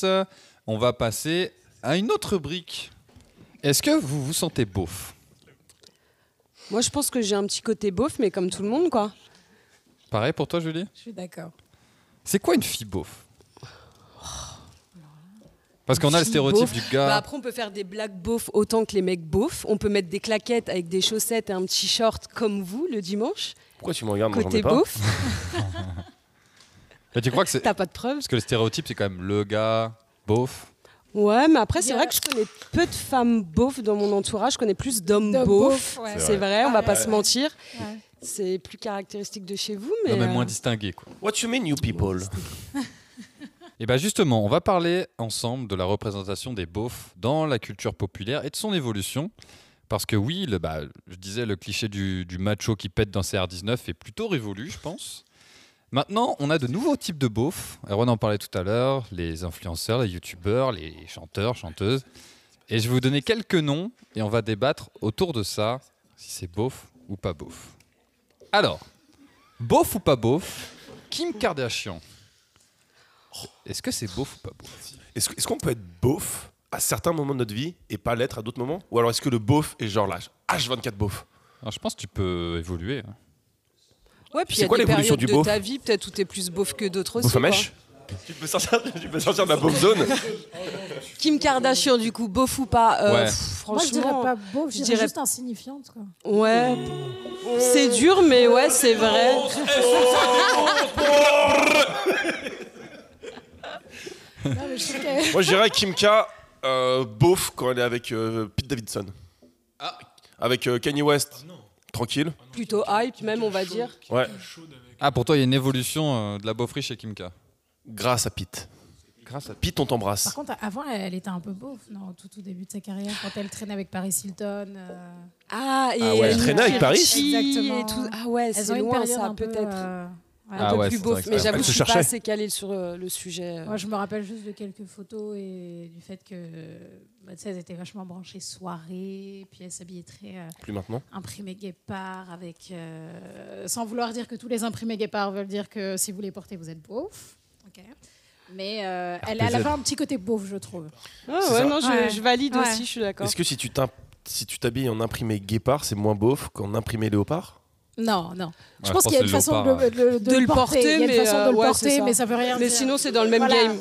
[SPEAKER 2] On va passer à une autre rubrique. Est-ce que vous vous sentez beauf
[SPEAKER 8] Moi, je pense que j'ai un petit côté beauf, mais comme tout le monde, quoi.
[SPEAKER 2] Pareil pour toi, Julie
[SPEAKER 8] Je suis d'accord.
[SPEAKER 2] C'est quoi une fille beauf Parce qu'on a le
[SPEAKER 8] Oh. Fille
[SPEAKER 2] stéréotype
[SPEAKER 8] beauf.
[SPEAKER 2] du
[SPEAKER 7] Ah.
[SPEAKER 8] Bah,
[SPEAKER 2] gars.
[SPEAKER 8] après, on peut faire des blagues beaufs autant que les mecs beaufs. On peut mettre des claquettes avec des chaussettes et un petit short comme vous le dimanche.
[SPEAKER 7] Pourquoi tu me regardes Ah, Moi, j'en
[SPEAKER 8] Côté
[SPEAKER 7] ai pas.
[SPEAKER 8] beauf,
[SPEAKER 2] Mais tu crois que c'est.
[SPEAKER 8] t'as pas de preuves.
[SPEAKER 2] Parce que le stéréotype, c'est quand même le gars beauf.
[SPEAKER 8] Ouais, mais après, c'est
[SPEAKER 5] Yeah.
[SPEAKER 8] vrai que je connais peu de femmes beaufs dans mon entourage. Je connais plus d'hommes
[SPEAKER 5] De
[SPEAKER 8] beaufs.
[SPEAKER 5] beaufs, ouais.
[SPEAKER 8] C'est vrai, on va
[SPEAKER 5] Ouais,
[SPEAKER 8] pas
[SPEAKER 5] ouais.
[SPEAKER 8] se mentir.
[SPEAKER 5] Ouais.
[SPEAKER 8] C'est plus caractéristique de chez vous, mais.
[SPEAKER 2] Non, mais
[SPEAKER 8] euh,
[SPEAKER 2] moins distingué, quoi.
[SPEAKER 7] What you mean, you people
[SPEAKER 2] Et bien Eh ben, justement, on va parler ensemble de la représentation des beaufs dans la culture populaire et de son évolution. Parce que oui, le, bah, je disais, le cliché du, du macho qui pète dans CR19 est plutôt révolu, je pense. Maintenant, on a de nouveaux types de beaufs. Erwan en parlait tout à l'heure, les influenceurs, les youtubeurs, les chanteurs, chanteuses. Et je vais vous donner quelques noms et on va débattre autour de ça, si c'est beauf ou pas beauf. Alors, beauf ou pas beauf, Kim Kardashian. Est-ce que c'est beauf ou pas beauf
[SPEAKER 7] Est-ce que- est-ce qu'on peut être beauf à certains moments de notre vie et pas l'être à d'autres moments Ou alors est-ce que le beauf est genre l'âge H24 beauf
[SPEAKER 2] Alors, Je pense que tu peux évoluer. hein.
[SPEAKER 8] euh, Ouais, puis il
[SPEAKER 7] C'est
[SPEAKER 8] y a
[SPEAKER 7] quoi
[SPEAKER 8] des
[SPEAKER 7] l'évolution
[SPEAKER 8] périodes
[SPEAKER 7] du
[SPEAKER 8] de
[SPEAKER 7] beauf
[SPEAKER 8] ta vie, peut-être où t'es plus beauf que d'autres aussi.
[SPEAKER 7] Beauf à
[SPEAKER 8] quoi.
[SPEAKER 7] mèche tu peux, sortir, tu peux sortir de la beauf zone
[SPEAKER 8] Kim Kardashian, du coup, beauf ou pas euh,
[SPEAKER 2] Ouais.
[SPEAKER 8] pff,
[SPEAKER 9] Moi, je dirais
[SPEAKER 8] Franchement,
[SPEAKER 9] pas beau, je
[SPEAKER 8] je
[SPEAKER 9] dirais
[SPEAKER 8] dirais-
[SPEAKER 9] juste insignifiante. Quoi.
[SPEAKER 8] ouais. C'est dur, mais ouais, c'est vrai.
[SPEAKER 9] Non, mais je trouve que-
[SPEAKER 7] Moi, je dirais Kim K, euh, beauf quand elle est avec euh, Pete Davidson.
[SPEAKER 8] Ah.
[SPEAKER 7] Avec euh, Kanye West. Tranquille.
[SPEAKER 8] Plutôt hype, même, on va dire.
[SPEAKER 7] Ouais.
[SPEAKER 2] Ah, pour toi, il y a une évolution euh, de la beaufrie chez Kimka.
[SPEAKER 7] Grâce à Pete.
[SPEAKER 2] Grâce à
[SPEAKER 7] Pete, on t'embrasse.
[SPEAKER 9] Par contre, avant, elle, elle était un peu beauf, non, au tout, tout début de sa carrière, quand elle traînait avec Paris Hilton. euh,
[SPEAKER 8] Ah, et
[SPEAKER 7] Ah ouais, elle traînait avec Paris.
[SPEAKER 9] Exactement.
[SPEAKER 8] Exactement. Et tout. Ah ouais,
[SPEAKER 9] elles ont
[SPEAKER 8] c'est
[SPEAKER 9] une
[SPEAKER 8] loin
[SPEAKER 9] période
[SPEAKER 8] ça,
[SPEAKER 9] un peu,
[SPEAKER 8] peut-être.
[SPEAKER 9] euh, ouais.
[SPEAKER 8] Un
[SPEAKER 2] Ah
[SPEAKER 8] peu
[SPEAKER 2] ouais,
[SPEAKER 8] plus
[SPEAKER 2] c'est
[SPEAKER 8] beauf,
[SPEAKER 2] vrai que
[SPEAKER 8] mais
[SPEAKER 2] ça-
[SPEAKER 8] j'avoue,
[SPEAKER 7] elle
[SPEAKER 8] je
[SPEAKER 7] se
[SPEAKER 8] suis pas
[SPEAKER 7] cherchait.
[SPEAKER 8] assez calée sur euh, le sujet.
[SPEAKER 9] Moi, je me rappelle juste de quelques photos et du fait que, bah, tu sais, elles étaient vachement branchées soirée, puis elles s'habillaient très euh,
[SPEAKER 7] Plus maintenant.
[SPEAKER 9] imprimées guépards, avec, euh, sans vouloir dire que tous les imprimés guépards veulent dire que si vous les portez, vous êtes beauf. Ok. Mais euh, elle, elle avait un petit côté beauf, je trouve.
[SPEAKER 8] Ah
[SPEAKER 7] C'est
[SPEAKER 8] ouais,
[SPEAKER 7] ça.
[SPEAKER 8] non, je,
[SPEAKER 9] Ouais.
[SPEAKER 8] je valide
[SPEAKER 9] Ouais.
[SPEAKER 8] aussi, je suis d'accord.
[SPEAKER 7] Est-ce que si tu t'im- si tu t'habilles en imprimé guépard, c'est moins beauf qu'en imprimé léopard
[SPEAKER 9] Non, non.
[SPEAKER 2] Ouais,
[SPEAKER 9] je pense qu'il y a
[SPEAKER 2] que
[SPEAKER 9] une
[SPEAKER 2] le
[SPEAKER 9] façon
[SPEAKER 2] léopard,
[SPEAKER 9] de, de- de
[SPEAKER 8] De le porter,
[SPEAKER 9] Il y a une
[SPEAKER 8] mais,
[SPEAKER 9] façon de
[SPEAKER 8] euh,
[SPEAKER 9] le
[SPEAKER 8] ouais,
[SPEAKER 9] porter,
[SPEAKER 8] c'est ça.
[SPEAKER 9] mais ça veut rien
[SPEAKER 8] Mais
[SPEAKER 9] dire.
[SPEAKER 8] sinon, c'est dans le même
[SPEAKER 9] Voilà.
[SPEAKER 8] game.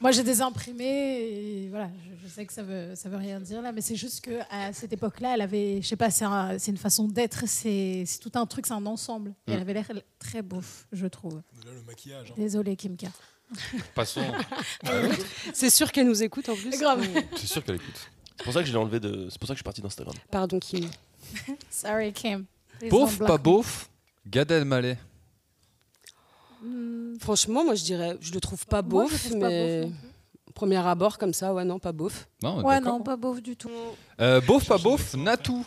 [SPEAKER 9] Moi, j'ai des imprimés, et voilà, je, je sais que ça veut, ça veut rien dire là, mais c'est juste que à cette époque-là, elle avait, je sais pas, c'est un- c'est une façon d'être, c'est c'est tout un truc, c'est un ensemble. Et
[SPEAKER 2] Mm.
[SPEAKER 9] elle avait l'air très beauf, je trouve.
[SPEAKER 1] Là, le maquillage. hein.
[SPEAKER 9] Désolée, Kimka.
[SPEAKER 2] Passons.
[SPEAKER 8] C'est sûr qu'elle nous écoute en plus.
[SPEAKER 9] Grave.
[SPEAKER 2] C'est sûr qu'elle écoute.
[SPEAKER 7] C'est pour ça que je l'ai enlevé de. C'est pour ça que je suis parti d'Instagram.
[SPEAKER 8] Pardon, Kim.
[SPEAKER 9] Sorry, Kim. Please
[SPEAKER 2] Beauf,
[SPEAKER 9] don't block
[SPEAKER 2] pas
[SPEAKER 9] me.
[SPEAKER 2] beauf Gad Elmaleh.
[SPEAKER 9] Hmm,
[SPEAKER 8] Franchement, moi, je dirais, je le trouve pas
[SPEAKER 9] Moi, je
[SPEAKER 8] beauf,
[SPEAKER 9] trouve pas
[SPEAKER 8] mais
[SPEAKER 9] beauf,
[SPEAKER 8] premier abord comme ça, ouais, non, pas beauf.
[SPEAKER 2] Non,
[SPEAKER 9] Ouais,
[SPEAKER 2] Ah, d'accord.
[SPEAKER 9] non, pas beauf du tout.
[SPEAKER 2] Euh, beauf, pas beauf Natou.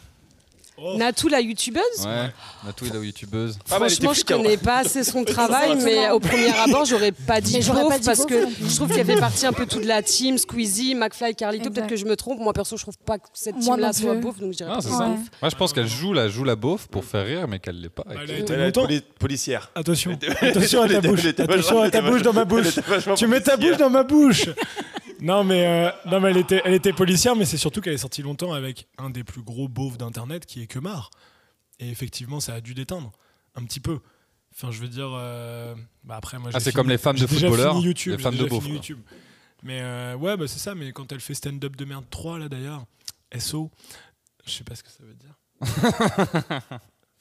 [SPEAKER 1] Oh.
[SPEAKER 8] Natou, la youtubeuse.
[SPEAKER 2] Ouais, Natou est la youtubeuse.
[SPEAKER 7] Ah bah, elle
[SPEAKER 8] Franchement,
[SPEAKER 7] était
[SPEAKER 8] je
[SPEAKER 7] flic, hein.
[SPEAKER 8] connais pas assez son travail, mais au premier abord, j'aurais pas dit
[SPEAKER 9] Mais j'aurais pas
[SPEAKER 8] beauf
[SPEAKER 9] dit
[SPEAKER 8] parce
[SPEAKER 9] beauf
[SPEAKER 8] que
[SPEAKER 9] non plus.
[SPEAKER 8] je trouve qu'elle fait partie un peu toute la team, Squeezie, McFly, Carlito.
[SPEAKER 9] Exact.
[SPEAKER 8] Peut-être que je me trompe. Moi, perso, je trouve pas que cette
[SPEAKER 9] Moi
[SPEAKER 8] team-là
[SPEAKER 9] non
[SPEAKER 8] soit
[SPEAKER 9] plus.
[SPEAKER 8] beauf, donc je dirais
[SPEAKER 2] Non,
[SPEAKER 8] pas
[SPEAKER 2] Ah, c'est
[SPEAKER 8] beauf.
[SPEAKER 2] ça.
[SPEAKER 9] Ouais.
[SPEAKER 2] Moi, je pense qu'elle joue la, joue la beauf pour faire rire, mais qu'elle l'est pas.
[SPEAKER 1] Bah, Elle a
[SPEAKER 9] Elle
[SPEAKER 1] été
[SPEAKER 7] Elle a
[SPEAKER 1] longtemps.
[SPEAKER 7] poli- policière.
[SPEAKER 1] Attention,
[SPEAKER 7] Elle était-
[SPEAKER 1] attention à
[SPEAKER 7] elle
[SPEAKER 1] ta
[SPEAKER 7] était-
[SPEAKER 1] bouche.
[SPEAKER 7] elle était
[SPEAKER 1] Attention à ta
[SPEAKER 7] vachement-
[SPEAKER 1] bouche dans ma
[SPEAKER 7] Elle
[SPEAKER 1] bouche.
[SPEAKER 7] était vachement
[SPEAKER 1] Tu mets ta
[SPEAKER 7] policière.
[SPEAKER 1] bouche dans ma bouche. Non mais euh, non mais elle était elle était policière mais c'est surtout qu'elle est sortie longtemps avec un des plus gros beaufs d'internet qui est Kemar. Et effectivement ça a dû déteindre un petit peu. Enfin je veux dire euh, bah après moi
[SPEAKER 2] Ah,
[SPEAKER 1] j'ai
[SPEAKER 2] c'est
[SPEAKER 1] fini-
[SPEAKER 2] comme les femmes de
[SPEAKER 1] j'ai déjà
[SPEAKER 2] footballeurs,
[SPEAKER 1] fini YouTube,
[SPEAKER 2] les
[SPEAKER 1] j'ai
[SPEAKER 2] femmes de
[SPEAKER 1] déjà
[SPEAKER 2] beaufs,
[SPEAKER 1] fini
[SPEAKER 2] quoi.
[SPEAKER 1] YouTube. Mais euh, ouais bah c'est ça mais quand elle fait stand up de merde 3 là d'ailleurs SO je sais pas ce que ça veut dire.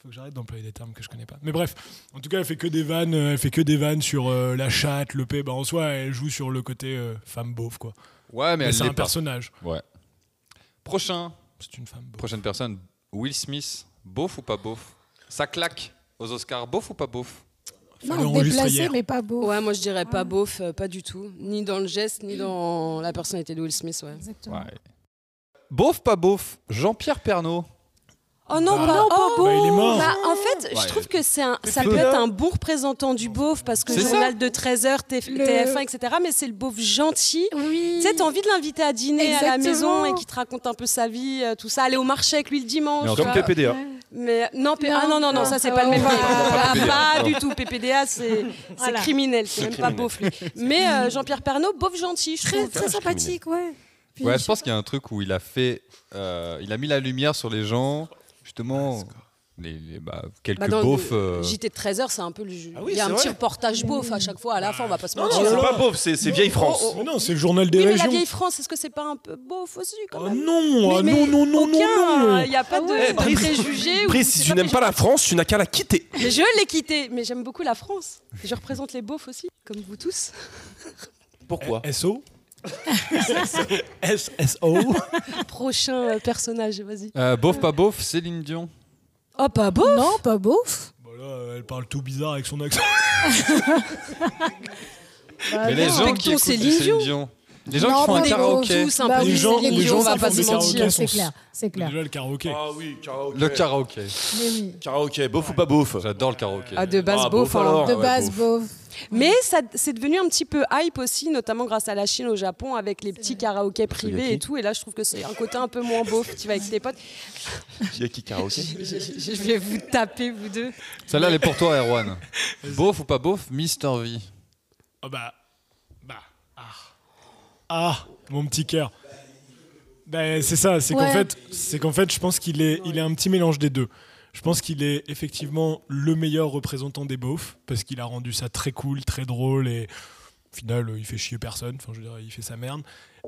[SPEAKER 1] Faut que j'arrête d'employer des termes que je connais pas. Mais bref, en tout cas, elle fait que des vannes, euh, elle fait que des vannes sur euh, la chatte, le P. Bah, en soi, elle joue sur le côté euh, femme beauf, quoi.
[SPEAKER 2] Ouais, mais
[SPEAKER 1] Mais
[SPEAKER 2] elle
[SPEAKER 1] c'est
[SPEAKER 2] l'est
[SPEAKER 1] un
[SPEAKER 2] pas.
[SPEAKER 1] personnage.
[SPEAKER 2] Ouais. Prochain.
[SPEAKER 1] C'est une femme beauf.
[SPEAKER 2] Prochaine personne, Will Smith, beauf ou pas beauf Ça claque aux Oscars, beauf ou pas beauf
[SPEAKER 1] Fallait
[SPEAKER 9] Non,
[SPEAKER 1] enregistrer
[SPEAKER 9] déplacé,
[SPEAKER 1] hier.
[SPEAKER 9] mais pas beau.
[SPEAKER 8] Ouais, moi, je dirais pas beauf, euh, pas du tout. Ni dans le geste, ni dans la personnalité de Will Smith, ouais.
[SPEAKER 9] Exactement.
[SPEAKER 2] Beauf, pas beauf Jean-Pierre Pernaud.
[SPEAKER 8] Oh non,
[SPEAKER 1] Bah,
[SPEAKER 8] pas,
[SPEAKER 1] non,
[SPEAKER 8] oh,
[SPEAKER 1] Bah, il est mort.
[SPEAKER 8] Bah, en fait,
[SPEAKER 2] Ouais.
[SPEAKER 8] je trouve que c'est un, ça
[SPEAKER 2] peu.
[SPEAKER 8] peut être un bon représentant du beauf parce que
[SPEAKER 2] C'est
[SPEAKER 8] le journal de 13h, TF,
[SPEAKER 9] Le-
[SPEAKER 8] TF1, etc. Mais c'est le beauf gentil.
[SPEAKER 9] Oui.
[SPEAKER 8] Tu sais, t'as envie de l'inviter à dîner à la
[SPEAKER 9] Exactement.
[SPEAKER 8] maison et qu'il te raconte un peu sa vie, euh, tout ça, aller au marché avec lui le dimanche. tu
[SPEAKER 7] Comme
[SPEAKER 8] vois.
[SPEAKER 7] KPDA.
[SPEAKER 8] Mais non, P-
[SPEAKER 9] Non.
[SPEAKER 8] ah non, non, non, ça c'est
[SPEAKER 9] Ah,
[SPEAKER 8] pas le même
[SPEAKER 9] ouais.
[SPEAKER 8] game. Ah,
[SPEAKER 2] PPDA,
[SPEAKER 8] pas
[SPEAKER 2] non.
[SPEAKER 8] du tout. PPDA, c'est c'est
[SPEAKER 9] Voilà.
[SPEAKER 8] criminel,
[SPEAKER 7] C'est
[SPEAKER 8] c'est même pas
[SPEAKER 7] criminel.
[SPEAKER 8] beauf lui. Mais euh, Jean-Pierre Pernaud, beauf gentil, je
[SPEAKER 9] Très,
[SPEAKER 8] trouve.
[SPEAKER 9] très sympathique, ouais. Puis,
[SPEAKER 2] Ouais, je pense qu'il y a un truc où il a fait. euh, il a mis la lumière sur les gens, justement. Les, les- bah, quelques
[SPEAKER 8] Bah, dans le-
[SPEAKER 2] beaufs. euh,
[SPEAKER 8] JT de 13h, c'est un peu le jeu.
[SPEAKER 7] Ah oui,
[SPEAKER 8] Il y a un
[SPEAKER 7] c'est
[SPEAKER 8] petit
[SPEAKER 7] vrai.
[SPEAKER 8] reportage beauf à chaque fois. À la fin, on va pas se
[SPEAKER 7] Non,
[SPEAKER 8] mentir.
[SPEAKER 7] non, c'est pas Ah, pauvre, c'est c'est vieille France.
[SPEAKER 8] Oh,
[SPEAKER 1] Mais non, c'est le journal des
[SPEAKER 8] Oui, mais la
[SPEAKER 1] régions.
[SPEAKER 8] vieille France, est-ce que c'est pas un peu beauf aussi quand
[SPEAKER 1] Oh
[SPEAKER 8] même
[SPEAKER 1] non,
[SPEAKER 8] Mais-
[SPEAKER 1] ah
[SPEAKER 8] mais
[SPEAKER 1] non, non, non, non,
[SPEAKER 8] Aucun,
[SPEAKER 1] non.
[SPEAKER 8] il n'y a pas de,
[SPEAKER 7] ouais.
[SPEAKER 8] de
[SPEAKER 7] Eh, Brice-
[SPEAKER 8] préjugés. ou-
[SPEAKER 7] Brice,
[SPEAKER 8] c'est
[SPEAKER 7] si tu
[SPEAKER 8] pas
[SPEAKER 7] n'aimes pas la
[SPEAKER 8] péjoratif.
[SPEAKER 7] France, tu n'as qu'à la quitter.
[SPEAKER 8] Mais je l'ai quitté, mais j'aime beaucoup la France. Je représente les beaufs aussi, comme vous tous.
[SPEAKER 2] Eh,
[SPEAKER 7] Pourquoi
[SPEAKER 1] SO. SSO.
[SPEAKER 8] Prochain euh, personnage, vas-y.
[SPEAKER 2] euh, beauf, pas beauf, Céline Dion.
[SPEAKER 8] Oh, pas beau
[SPEAKER 9] Non, pas beauf.
[SPEAKER 1] Bon, là, euh, elle parle tout bizarre avec son accent.
[SPEAKER 9] Bah,
[SPEAKER 2] Mais les
[SPEAKER 9] non.
[SPEAKER 2] gens
[SPEAKER 8] Respectons
[SPEAKER 2] qui écoutent
[SPEAKER 8] Ah, Céline
[SPEAKER 2] du Céline
[SPEAKER 8] Dion.
[SPEAKER 2] Dion. Les gens
[SPEAKER 9] Non,
[SPEAKER 2] qui font
[SPEAKER 9] pas
[SPEAKER 2] un
[SPEAKER 9] les
[SPEAKER 2] karaoké.
[SPEAKER 8] Tous un
[SPEAKER 9] Bah
[SPEAKER 8] peu
[SPEAKER 9] oui,
[SPEAKER 1] les gens,
[SPEAKER 8] Céline
[SPEAKER 1] les
[SPEAKER 8] Dion,
[SPEAKER 1] gens
[SPEAKER 8] on va
[SPEAKER 1] qui
[SPEAKER 8] pas
[SPEAKER 1] font
[SPEAKER 8] se
[SPEAKER 1] des
[SPEAKER 8] mentir.
[SPEAKER 1] karaokés sont
[SPEAKER 9] C'est clair, c'est clair.
[SPEAKER 1] Déjà le karaoké.
[SPEAKER 7] Ah oui, karaoké.
[SPEAKER 2] Le karaoké.
[SPEAKER 9] Mais oui.
[SPEAKER 7] Karaoké, beauf ou pas beauf
[SPEAKER 2] J'adore le karaoké.
[SPEAKER 8] Ah, de base,
[SPEAKER 7] Ah,
[SPEAKER 8] beauf,
[SPEAKER 7] beauf
[SPEAKER 8] hein.
[SPEAKER 7] alors.
[SPEAKER 9] De
[SPEAKER 7] ouais,
[SPEAKER 9] base, beauf.
[SPEAKER 8] Mais ça- c'est devenu un petit peu hype aussi, notamment grâce à la Chine, au Japon, avec les petits karaokés privés
[SPEAKER 4] Sugaki.
[SPEAKER 8] et tout. Et là, je trouve que c'est un côté un peu moins beauf. Tu vas avec tes potes.
[SPEAKER 7] Il y a qui karaoké
[SPEAKER 8] Je, je- je vais vous taper, vous deux.
[SPEAKER 2] Celle-là, elle est pour toi, Erwan. beauf ou pas beauf Mister V.
[SPEAKER 1] Oh bah. Bah. Ah. Ah, mon petit cœur. Bah, c'est ça, c'est qu'en
[SPEAKER 9] Ouais.
[SPEAKER 1] fait, c'est qu'en fait, je pense qu'il est, il est un petit mélange des deux. Je pense qu'il est effectivement le meilleur représentant des beaufs parce qu'il a rendu ça très cool, très drôle et au final, euh, il fait chier personne. Enfin, je veux dire, il fait sa merde.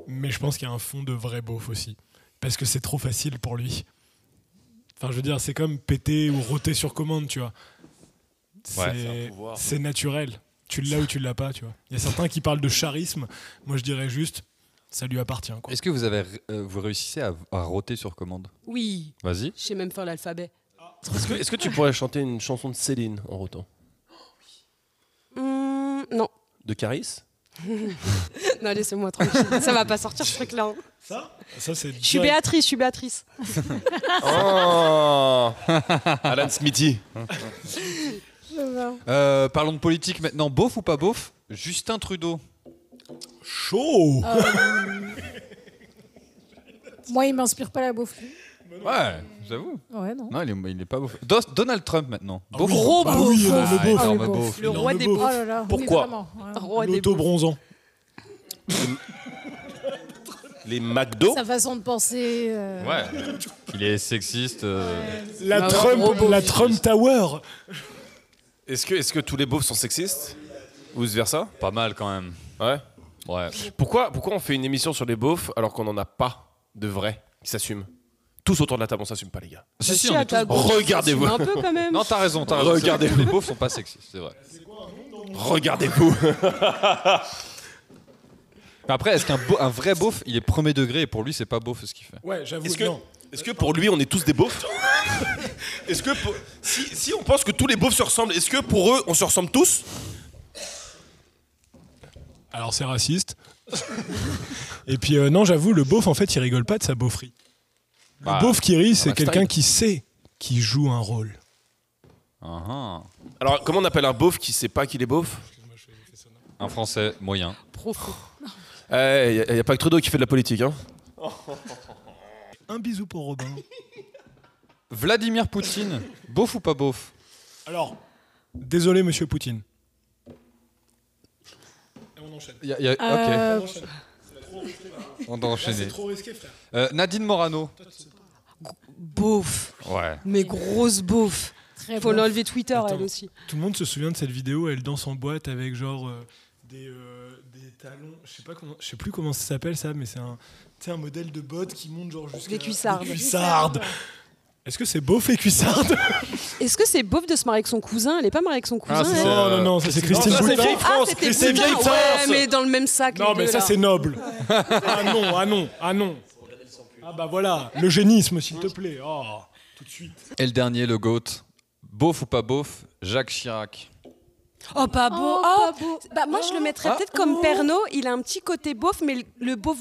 [SPEAKER 1] Mais je pense qu'il y a un fond de vrai beauf aussi parce que c'est trop facile pour lui. Enfin, je veux dire, c'est comme péter ou roter sur commande, tu vois.
[SPEAKER 2] Ouais,
[SPEAKER 1] C'est
[SPEAKER 7] pouvoir.
[SPEAKER 1] c'est naturel. Tu l'as ou tu l'as pas, tu vois. Il y a certains qui parlent de charisme. Moi, je dirais juste, ça lui appartient. Quoi.
[SPEAKER 2] Est-ce que vous, avez, euh, vous réussissez à, à roter sur commande
[SPEAKER 8] Oui,
[SPEAKER 2] Vas-y.
[SPEAKER 8] je sais même faire l'alphabet.
[SPEAKER 7] Est-ce que, est-ce que tu pourrais chanter une chanson de Céline en rotant
[SPEAKER 8] Hum, non.
[SPEAKER 7] De Caris
[SPEAKER 8] non, laissez-moi tranquille. Ça va pas sortir ce truc-là. hein.
[SPEAKER 1] Ça, c'est
[SPEAKER 8] Je suis
[SPEAKER 1] direct.
[SPEAKER 8] Béatrice, je suis Béatrice.
[SPEAKER 7] Oh Alan Smithy.
[SPEAKER 2] Euh, parlons de politique maintenant. Beauf ou pas beauf Justin Trudeau.
[SPEAKER 1] Chaud
[SPEAKER 8] Euh,
[SPEAKER 9] Moi, il m'inspire pas la beauf. lui.
[SPEAKER 2] Ouais, j'avoue.
[SPEAKER 9] Ouais, non.
[SPEAKER 2] Non, il est, il est pas beauf. Dos- Donald Trump maintenant. Beauf.
[SPEAKER 8] Gros
[SPEAKER 1] Bah oui,
[SPEAKER 8] beauf.
[SPEAKER 1] énorme
[SPEAKER 2] Ah,
[SPEAKER 1] beauf.
[SPEAKER 2] énorme
[SPEAKER 9] Ah, le beauf.
[SPEAKER 2] beauf.
[SPEAKER 8] Le roi
[SPEAKER 1] Énorme
[SPEAKER 8] des
[SPEAKER 1] beauf.
[SPEAKER 9] Oh là là, oui,
[SPEAKER 7] Pourquoi
[SPEAKER 9] vraiment, ouais.
[SPEAKER 8] Roi des beaufs.
[SPEAKER 1] L'auto-bronzant.
[SPEAKER 7] Les McDo.
[SPEAKER 9] Sa façon de penser. euh,
[SPEAKER 2] Ouais. Il est sexiste. euh,
[SPEAKER 1] La
[SPEAKER 8] Ah, gros
[SPEAKER 1] Trump,
[SPEAKER 8] beauf.
[SPEAKER 1] la Trump Tower.
[SPEAKER 7] Est-ce que, est que tous les beaufs sont sexistes Ou vice versa
[SPEAKER 2] Pas mal quand même.
[SPEAKER 7] Ouais.
[SPEAKER 2] Ouais.
[SPEAKER 7] Pourquoi, pourquoi on fait une émission sur les beaufs alors qu'on n'en a pas de vrais qui s'assument Tous autour de la table, on s'assume pas, les gars.
[SPEAKER 2] Si, si,
[SPEAKER 8] Bah, Si,
[SPEAKER 2] on
[SPEAKER 8] à
[SPEAKER 2] est tous
[SPEAKER 8] ta
[SPEAKER 2] beaufs.
[SPEAKER 8] gauche,
[SPEAKER 7] Regardez-vous.
[SPEAKER 8] assume Un peu quand même.
[SPEAKER 2] Non, t'as raison, t'as raison.
[SPEAKER 7] Regardez.
[SPEAKER 2] Les beaufs sont pas sexistes, c'est vrai.
[SPEAKER 7] Regardez-vous
[SPEAKER 2] Mais après, est-ce qu'un beau- un vrai beauf, il est premier degré et pour lui, c'est pas beauf ce qu'il fait
[SPEAKER 1] Ouais, j'avoue.
[SPEAKER 7] Est-ce que,
[SPEAKER 1] non.
[SPEAKER 7] est-ce que pour lui, on est tous des beaufs Est-ce que pour- si, si on pense que tous les beaufs se ressemblent, est-ce que pour eux, on se ressemble tous
[SPEAKER 1] Alors c'est raciste. Et puis euh, non, j'avoue, le beauf, en fait, il rigole pas de sa beaufrie. Le
[SPEAKER 2] Bah,
[SPEAKER 1] beauf qui rit, c'est
[SPEAKER 7] lifestyle.
[SPEAKER 1] quelqu'un qui sait qui joue un rôle.
[SPEAKER 2] Ah, ah.
[SPEAKER 7] Alors, comment on appelle un beauf qui sait pas qu'il est beauf
[SPEAKER 2] Un français moyen.
[SPEAKER 7] Il n'y Eh, a, pas que Trudeau qui fait de la politique. Hein.
[SPEAKER 1] Un bisou pour Robin.
[SPEAKER 2] Vladimir Poutine, beauf ou pas beauf
[SPEAKER 1] Alors, désolé, monsieur Poutine.
[SPEAKER 2] Y a- y a- ok.
[SPEAKER 8] Euh,
[SPEAKER 2] On doit enchaîner.
[SPEAKER 1] Ah, Trop risqué, frère.
[SPEAKER 2] Euh, Nadine Morano.
[SPEAKER 8] Beauf.
[SPEAKER 2] Ouais.
[SPEAKER 8] Mais grosse beauf.
[SPEAKER 9] Très
[SPEAKER 8] Faut
[SPEAKER 9] bon.
[SPEAKER 8] l'enlever Twitter,
[SPEAKER 1] Attends.
[SPEAKER 8] elle aussi.
[SPEAKER 1] Tout le monde se souvient de cette vidéo, où elle danse en boîte avec genre euh, des, euh, des talons, je sais pas comment, je sais plus comment ça s'appelle ça, mais c'est un, tu sais, un modèle de botte qui monte genre jusqu'à
[SPEAKER 8] Des cuissardes.
[SPEAKER 1] Des cuissardes. Est-ce que c'est beauf les cuissardes
[SPEAKER 8] Est-ce que c'est beauf de se marier avec son cousin Elle est pas mariée avec son cousin,
[SPEAKER 2] c'est
[SPEAKER 8] elle Ah,
[SPEAKER 2] ça.
[SPEAKER 1] Oh, Non non non, ça c'est Christine
[SPEAKER 7] Non, ça, c'est
[SPEAKER 1] Boutin.
[SPEAKER 7] vieille France,
[SPEAKER 8] c'était
[SPEAKER 7] c'est
[SPEAKER 8] Boutin.
[SPEAKER 7] vieille
[SPEAKER 8] Ouais,
[SPEAKER 7] France.
[SPEAKER 8] mais dans le même sac.
[SPEAKER 1] Non
[SPEAKER 8] les
[SPEAKER 1] mais
[SPEAKER 8] deux,
[SPEAKER 1] ça
[SPEAKER 8] là.
[SPEAKER 1] c'est noble. Ah non ah non ah non. Ah bah voilà le génisme s'il te plaît. Oh, tout de suite.
[SPEAKER 2] Et le dernier, le GOAT. Beauf ou pas beauf Jacques Chirac.
[SPEAKER 8] Oh, pas beau.
[SPEAKER 9] Oh,
[SPEAKER 8] Oh.
[SPEAKER 9] pas beau.
[SPEAKER 8] Bah, moi, je le mettrais peut-être comme Pernaud. Il a un petit côté beauf, mais le- le beauf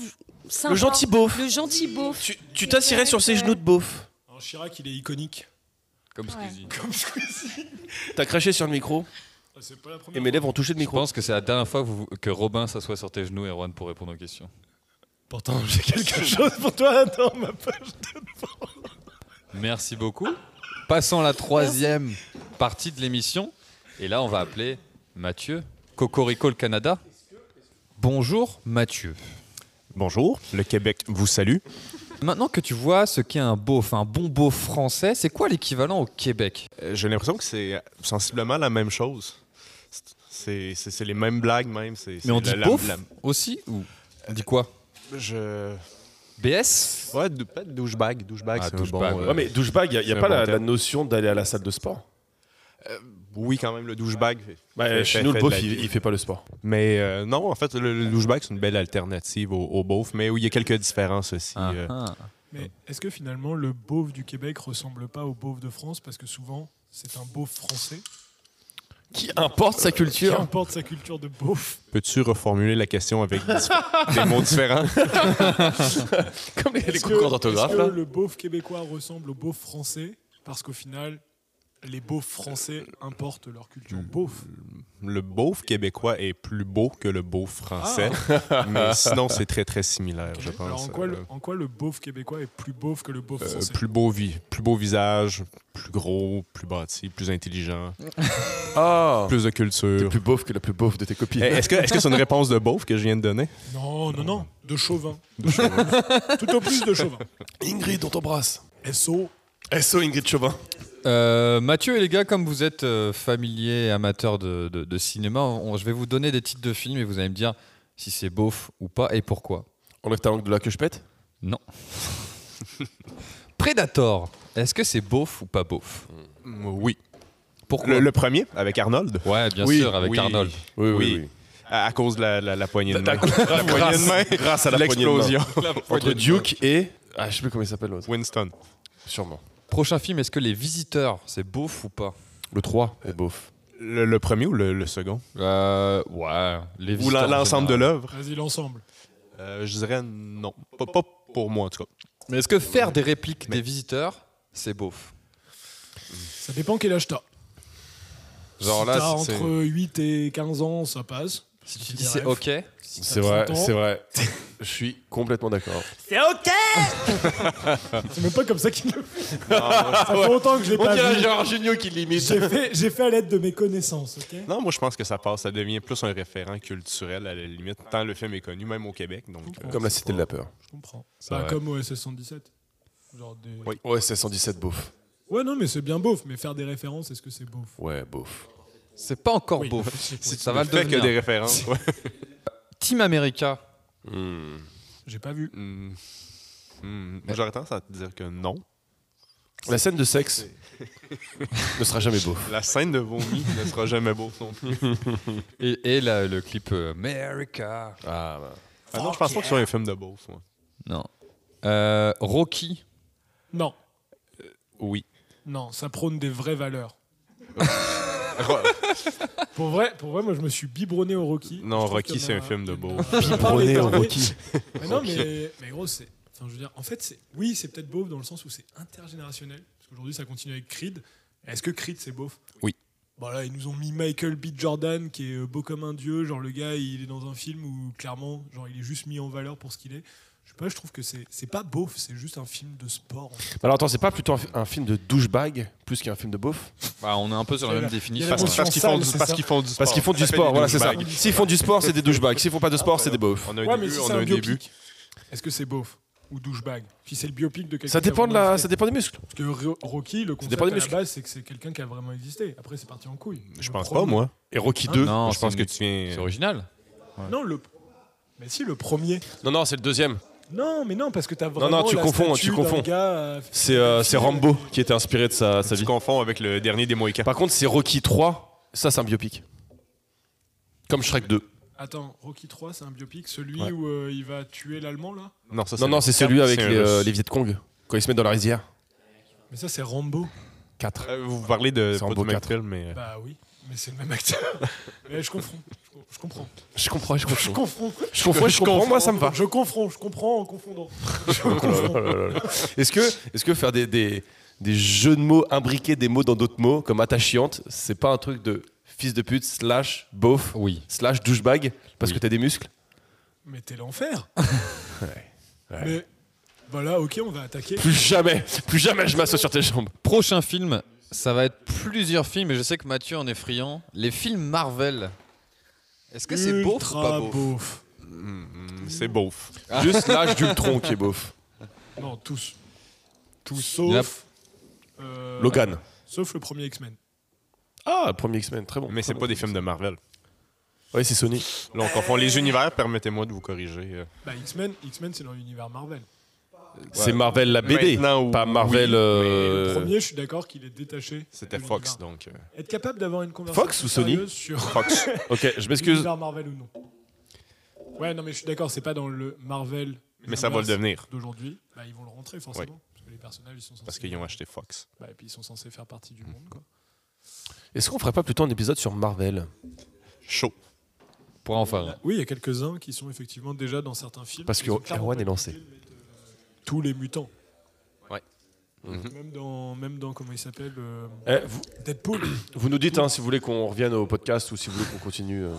[SPEAKER 8] sympa.
[SPEAKER 7] Le gentil beauf.
[SPEAKER 8] Le gentil beauf.
[SPEAKER 7] Tu, tu t'assierais sur ses genoux de beauf.
[SPEAKER 1] Alors Chirac il est iconique.
[SPEAKER 2] Comme Squeezie.
[SPEAKER 7] T'as craché sur le micro
[SPEAKER 1] Ah, C'est pas la première.
[SPEAKER 7] et mes lèvres ont touché le
[SPEAKER 2] Je
[SPEAKER 7] micro.
[SPEAKER 2] pense que c'est la dernière fois que, vous- que Robin s'assoit sur tes genoux, Erwan, pour répondre aux questions.
[SPEAKER 1] Pourtant j'ai quelque chose pour toi attends ma page.
[SPEAKER 2] Merci beaucoup. Passons à la troisième partie de l'émission. Et là, on va appeler Mathieu, Cocorico le Canada. Bonjour Mathieu.
[SPEAKER 10] Bonjour, le Québec vous salue.
[SPEAKER 2] Maintenant que tu vois ce qu'est un beauf, un bon beauf français, c'est quoi l'équivalent au Québec
[SPEAKER 10] Euh, J'ai l'impression que c'est sensiblement la même chose. C'est c'est- c'est les mêmes blagues même. c'est- c'est
[SPEAKER 2] Mais on
[SPEAKER 10] la-
[SPEAKER 2] dit
[SPEAKER 10] la-
[SPEAKER 2] beauf
[SPEAKER 10] la-
[SPEAKER 2] aussi ou on dit quoi
[SPEAKER 10] je...
[SPEAKER 2] BS
[SPEAKER 10] Ouais, dou- peut-être douchebag. Douchebag,
[SPEAKER 2] Ah,
[SPEAKER 10] c'est un
[SPEAKER 2] douchebag,
[SPEAKER 10] bon,
[SPEAKER 2] ouais.
[SPEAKER 10] euh,
[SPEAKER 7] Ouais, mais douchebag, il n'y a,
[SPEAKER 10] C'est
[SPEAKER 7] pas
[SPEAKER 10] un bon
[SPEAKER 7] la, la
[SPEAKER 10] terme.
[SPEAKER 7] notion d'aller à la salle de sport.
[SPEAKER 10] Oui, quand même, le douchebag. fait-
[SPEAKER 7] Bah,
[SPEAKER 10] fait-
[SPEAKER 7] chez
[SPEAKER 10] fait-
[SPEAKER 7] nous, le
[SPEAKER 10] fait de
[SPEAKER 7] beauf,
[SPEAKER 10] la
[SPEAKER 7] il,
[SPEAKER 10] vie.
[SPEAKER 7] il fait pas le sport.
[SPEAKER 10] Mais euh, non, en fait, le, le douchebag, c'est une belle alternative au, au beauf, mais où il y a quelques différences aussi.
[SPEAKER 2] Ah,
[SPEAKER 10] euh.
[SPEAKER 2] ah.
[SPEAKER 1] Mais est-ce que finalement le beauf du Québec ressemble pas au beauf de France parce que souvent c'est un beauf français
[SPEAKER 7] Qui importe sa
[SPEAKER 1] qui
[SPEAKER 7] culture
[SPEAKER 1] importe sa culture de beauf.
[SPEAKER 10] Peux-tu reformuler la question avec diffé- des mots différents?
[SPEAKER 7] Comme les, E
[SPEAKER 1] Est-ce que-
[SPEAKER 7] concours d'orthographe,
[SPEAKER 1] est-ce
[SPEAKER 7] là.
[SPEAKER 1] que le beauf québécois ressemble au beauf français parce qu'au final les beaufs français importent leur culture beauf.
[SPEAKER 10] Le beauf québécois est plus beau que le beauf français, mais sinon, c'est très, très similaire, je pense.
[SPEAKER 1] Alors en quoi, le,
[SPEAKER 10] Euh,
[SPEAKER 1] en quoi le beauf québécois est plus beauf que le beauf
[SPEAKER 10] Euh,
[SPEAKER 1] français
[SPEAKER 10] plus beau vi- plus beau visage, plus gros, plus bâti, plus intelligent,
[SPEAKER 7] Ah
[SPEAKER 10] plus de
[SPEAKER 7] T'es
[SPEAKER 10] culture.
[SPEAKER 7] plus beauf que la plus beauf de tes
[SPEAKER 10] Eh,
[SPEAKER 7] copines.
[SPEAKER 10] Est-ce que est-ce que c'est une réponse de beauf que je viens de donner?
[SPEAKER 1] Non, non, non, de chauvin. Tout au plus de chauvin.
[SPEAKER 7] Ingrid, on t'embrasse.
[SPEAKER 1] SO.
[SPEAKER 7] SO E Ingrid Chauvin.
[SPEAKER 2] Euh, Mathieu et les gars, comme vous êtes euh, familiers et amateurs de, de- de cinéma, on- je vais vous donner des titres de films et vous allez me dire si c'est beauf ou pas et pourquoi.
[SPEAKER 7] Enlève ta langue de là que je pète.
[SPEAKER 2] Predator, est-ce que c'est beauf ou pas beauf
[SPEAKER 10] Mm, Oui.
[SPEAKER 2] Pourquoi
[SPEAKER 10] Le, le premier, avec Arnold?
[SPEAKER 2] Ouais, bien sûr, avec Arnold.
[SPEAKER 10] Oui, oui. À, à cause de la, la- la poignée de main.
[SPEAKER 7] La
[SPEAKER 10] poignée de main.
[SPEAKER 7] Grâce à la poignée de main.
[SPEAKER 10] L'explosion.
[SPEAKER 7] Entre Duke et. Ah, je sais plus comment il s'appelle l'autre.
[SPEAKER 10] Winston.
[SPEAKER 7] Sûrement.
[SPEAKER 2] Prochain film, est-ce que Les Visiteurs, c'est beauf ou pas
[SPEAKER 7] Le 3 est beauf.
[SPEAKER 10] Le, le premier ou le, le second
[SPEAKER 2] Euh, Ouais. Les
[SPEAKER 10] ou la-
[SPEAKER 2] visiteurs en
[SPEAKER 10] l'ensemble de
[SPEAKER 2] général.
[SPEAKER 10] l'œuvre
[SPEAKER 1] Vas-y, l'ensemble.
[SPEAKER 10] Euh, Je dirais non. Pas, pas pour moi, en tout cas.
[SPEAKER 2] Mais est-ce que faire des répliques des visiteurs, c'est beauf
[SPEAKER 1] Ça dépend quel âge t'as.
[SPEAKER 2] Genre
[SPEAKER 1] si
[SPEAKER 2] là,
[SPEAKER 1] t'as
[SPEAKER 2] c'est-
[SPEAKER 1] entre 8 et 15 ans, ça passe. Si
[SPEAKER 2] tu dis c'est ok.
[SPEAKER 7] C'est vrai, c'est vrai. Je suis complètement d'accord.
[SPEAKER 1] C'est ok C'est même pas comme ça qu'il le fait. ça fait longtemps que je l'ai
[SPEAKER 7] On
[SPEAKER 1] pas
[SPEAKER 7] dirait
[SPEAKER 1] vu.
[SPEAKER 7] Gérard Jugnot qui l'imite.
[SPEAKER 1] J'ai fait, j'ai fait à l'aide de mes connaissances, ok
[SPEAKER 10] Non, moi je pense que ça passe, ça devient plus un référent culturel à la limite, tant le film est connu, même au Québec. Donc, euh,
[SPEAKER 7] Comme la
[SPEAKER 10] c'est
[SPEAKER 7] Cité de la Peur.
[SPEAKER 1] Je comprends.
[SPEAKER 10] Ça
[SPEAKER 1] Bah,
[SPEAKER 10] va.
[SPEAKER 1] comme OSS 117. Genre des-
[SPEAKER 7] Oui. Ouais, c'est 117 beauf.
[SPEAKER 1] Ouais, non, mais c'est bien beauf, mais faire des références, est-ce que c'est beauf
[SPEAKER 7] Ouais, beauf.
[SPEAKER 2] C'est pas encore
[SPEAKER 1] Oui.
[SPEAKER 2] beauf.
[SPEAKER 1] Oui.
[SPEAKER 2] ça va le
[SPEAKER 10] pas- fait que
[SPEAKER 2] devenir.
[SPEAKER 10] des références. ouais.
[SPEAKER 2] Team America.
[SPEAKER 1] J'ai pas vu.
[SPEAKER 10] Hmm. Hmm. J'aurais tendance à te dire que non.
[SPEAKER 7] La scène de sexe ne sera jamais beauf.
[SPEAKER 10] La scène de vomi ne sera jamais beau non plus.
[SPEAKER 2] Et, et là, le clip euh, America.
[SPEAKER 7] Ah, bah.
[SPEAKER 10] Ah non, je pense pas que ce soit un film de beau.
[SPEAKER 2] Non. Euh, Rocky.
[SPEAKER 1] Non,
[SPEAKER 10] Euh, Oui.
[SPEAKER 1] non, ça prône des vraies valeurs. pour, vrai, pour vrai, moi, je me suis biberonné au Rocky. Je
[SPEAKER 10] Non,
[SPEAKER 1] trouve
[SPEAKER 10] Rocky,
[SPEAKER 1] qu'il y en
[SPEAKER 10] c'est
[SPEAKER 1] a-
[SPEAKER 10] un film de beau.
[SPEAKER 1] Biberonné au Rocky. Mais non, mais, mais gros, c'est. Enfin, je veux dire, en fait, c'est. Oui, c'est peut-être beauf dans le sens où c'est intergénérationnel. Parce qu'aujourd'hui, ça continue avec Creed. Est-ce que Creed, c'est beauf
[SPEAKER 10] Oui.
[SPEAKER 1] Bon, là, ils nous ont mis Michael B. Jordan, qui est euh, beau comme un dieu. Genre, le gars, il est dans un film où, clairement, genre, il est juste mis en valeur pour ce qu'il est. Je sais pas, je trouve que c'est c'est pas beauf, c'est juste un film de sport. en fait.
[SPEAKER 7] Alors attends, c'est pas plutôt un, fi- un film de douchebag plus qu'un film de beauf
[SPEAKER 2] Bah, on est un peu sur la même définition.
[SPEAKER 1] Parce-
[SPEAKER 10] Parce,
[SPEAKER 1] Émotion
[SPEAKER 10] qu'ils font
[SPEAKER 1] sale,
[SPEAKER 10] du,
[SPEAKER 1] c'est
[SPEAKER 10] parce
[SPEAKER 1] ça.
[SPEAKER 10] qu'ils font du sport.
[SPEAKER 7] Parce qu'ils font du
[SPEAKER 10] Ça fait
[SPEAKER 7] sport,
[SPEAKER 10] des
[SPEAKER 7] voilà, c'est ça.
[SPEAKER 10] douchebags. Ah,
[SPEAKER 7] S'ils font du sport, c'est des douchebags. S'ils font pas de sport, c'est des beaufs.
[SPEAKER 10] On a un
[SPEAKER 1] Ouais, mais
[SPEAKER 10] début,
[SPEAKER 1] si
[SPEAKER 10] on
[SPEAKER 1] c'est
[SPEAKER 10] a
[SPEAKER 1] un
[SPEAKER 10] un début.
[SPEAKER 1] biopic, est-ce que c'est beauf ou douchebag Si c'est le biopic de quelqu'un.
[SPEAKER 7] Ça
[SPEAKER 1] qui a
[SPEAKER 7] dépend, de
[SPEAKER 1] vraiment
[SPEAKER 7] la,
[SPEAKER 1] existé.
[SPEAKER 7] ça dépend des muscles.
[SPEAKER 1] Parce que Ro- Rocky, le concept
[SPEAKER 7] dépend
[SPEAKER 1] à
[SPEAKER 7] des
[SPEAKER 1] la
[SPEAKER 7] muscles.
[SPEAKER 1] base, c'est que c'est quelqu'un qui a vraiment existé. Après, c'est parti en couille.
[SPEAKER 10] Je
[SPEAKER 1] Le
[SPEAKER 10] pense
[SPEAKER 1] premier-
[SPEAKER 10] pas, moi.
[SPEAKER 7] Et Rocky 2
[SPEAKER 2] Non,
[SPEAKER 10] je pense
[SPEAKER 2] c'est
[SPEAKER 10] que
[SPEAKER 2] une-
[SPEAKER 10] tu viens.
[SPEAKER 2] C'est original.
[SPEAKER 1] Non, le. Mais si, le premier.
[SPEAKER 7] Non, non, c'est le deuxième.
[SPEAKER 1] Non, mais non, parce que t'as vraiment.
[SPEAKER 7] non, tu
[SPEAKER 1] la
[SPEAKER 7] confonds,
[SPEAKER 1] statue
[SPEAKER 7] tu
[SPEAKER 1] d'un
[SPEAKER 7] confonds.
[SPEAKER 1] gars, euh,
[SPEAKER 7] C'est euh, c'est Rambo qui était inspiré de sa, sa
[SPEAKER 10] Tu
[SPEAKER 7] vie.
[SPEAKER 10] confonds avec le dernier des Mohicans.
[SPEAKER 7] Par contre, c'est Rocky 3, ça c'est un biopic. Comme Shrek 2.
[SPEAKER 1] Attends, Rocky 3, c'est un biopic, celui
[SPEAKER 7] Ouais.
[SPEAKER 1] où euh, il va tuer l'allemand là
[SPEAKER 10] Non, ça,
[SPEAKER 7] Non, non,
[SPEAKER 10] le
[SPEAKER 7] c'est
[SPEAKER 10] quatre,
[SPEAKER 7] celui avec
[SPEAKER 10] un
[SPEAKER 7] les, euh,
[SPEAKER 10] russe.
[SPEAKER 7] les Viet Cong, quand ils se mettent dans la rizière.
[SPEAKER 1] Mais ça, c'est Rambo.
[SPEAKER 7] 4.
[SPEAKER 10] Euh, Vous parlez de
[SPEAKER 7] C'est
[SPEAKER 10] pas
[SPEAKER 7] Rambo
[SPEAKER 10] du même
[SPEAKER 7] 4.
[SPEAKER 10] film, mais.
[SPEAKER 1] Bah oui, mais c'est le même acteur. mais je comprends. je com- Je comprends.
[SPEAKER 7] Je comprends, je
[SPEAKER 1] Je
[SPEAKER 7] comprends.
[SPEAKER 1] confonds.
[SPEAKER 7] Je comprends, je comprends, moi ça me va.
[SPEAKER 1] Je confonds, je comprends en confondant. Je
[SPEAKER 7] Oh
[SPEAKER 1] confonds.
[SPEAKER 7] là là là. Est-ce que, est que faire des, des, des jeux de mots, imbriquer des mots dans d'autres mots, comme attachiante, c'est pas un truc de fils de pute, slash beauf,
[SPEAKER 2] Oui.
[SPEAKER 7] slash douchebag, parce que t'as des muscles
[SPEAKER 1] Mais t'es l'enfer. Mais voilà, ok, on va attaquer.
[SPEAKER 7] Plus jamais, plus jamais je m'assois sur tes jambes.
[SPEAKER 2] Prochain film, ça va être plusieurs films, et je sais que Mathieu en est friand. Les films Marvel. Est-ce que c'est beau ou
[SPEAKER 1] Ultra
[SPEAKER 2] pas beau
[SPEAKER 1] beauf.
[SPEAKER 7] Mm.
[SPEAKER 10] Hmm, C'est beauf.
[SPEAKER 7] Juste l'âge d'Ultron qui est beauf.
[SPEAKER 1] Non, tous. Tous.
[SPEAKER 2] Il y a-
[SPEAKER 1] Sauf. euh,
[SPEAKER 7] Logan.
[SPEAKER 1] Sauf le premier X-Men.
[SPEAKER 7] Ah, premier X-Men, très bon.
[SPEAKER 10] Mais c'est pas des films de Marvel.
[SPEAKER 7] Oui, c'est Sony.
[SPEAKER 10] Là,
[SPEAKER 1] Euh.
[SPEAKER 10] on confond les univers, permettez-moi de vous corriger. euh.
[SPEAKER 1] Bah, X-Men, X-Men c'est dans l'univers Marvel.
[SPEAKER 7] C'est Marvel la BD,
[SPEAKER 10] Maintenant,
[SPEAKER 7] pas
[SPEAKER 10] oui,
[SPEAKER 7] Marvel.
[SPEAKER 10] mais
[SPEAKER 7] euh,
[SPEAKER 1] Le premier, je suis d'accord qu'il est détaché.
[SPEAKER 10] C'était
[SPEAKER 1] de
[SPEAKER 10] Fox,
[SPEAKER 1] l'univers.
[SPEAKER 10] donc. euh,
[SPEAKER 1] Être capable d'avoir une conversation
[SPEAKER 7] Fox ou Sony
[SPEAKER 1] sérieuse sur
[SPEAKER 10] Fox.
[SPEAKER 7] Ok, je m'excuse.
[SPEAKER 1] l'univers Marvel ou non. Ouais, non, mais je suis d'accord, c'est pas dans le Marvel.
[SPEAKER 10] Mais ça va le
[SPEAKER 1] univers
[SPEAKER 10] devenir,
[SPEAKER 1] D'aujourd'hui, bah, ils vont le rentrer forcément. Parce que les personnages, ils sont censés.
[SPEAKER 10] parce qu'ils ont acheté Fox.
[SPEAKER 1] bah, et puis ils sont censés faire partie du monde, quoi.
[SPEAKER 7] Est-ce qu'on ferait pas plutôt un épisode sur Marvel
[SPEAKER 10] Chaud.
[SPEAKER 2] Pour en faire un.
[SPEAKER 1] Oui, il y a quelques-uns qui sont effectivement déjà dans certains films.
[SPEAKER 7] Parce
[SPEAKER 1] Ils
[SPEAKER 7] que
[SPEAKER 1] ont clairement
[SPEAKER 7] Erwan
[SPEAKER 1] pas
[SPEAKER 7] est lancé.
[SPEAKER 1] Tous les mutants.
[SPEAKER 10] Ouais. Mhm.
[SPEAKER 1] Même dans, même dans comment il s'appelle euh,
[SPEAKER 7] Eh, vous,
[SPEAKER 1] Deadpool. Bah,
[SPEAKER 7] vous nous dites hein, si vous voulez qu'on revienne au podcast ou si vous voulez qu'on continue. euh.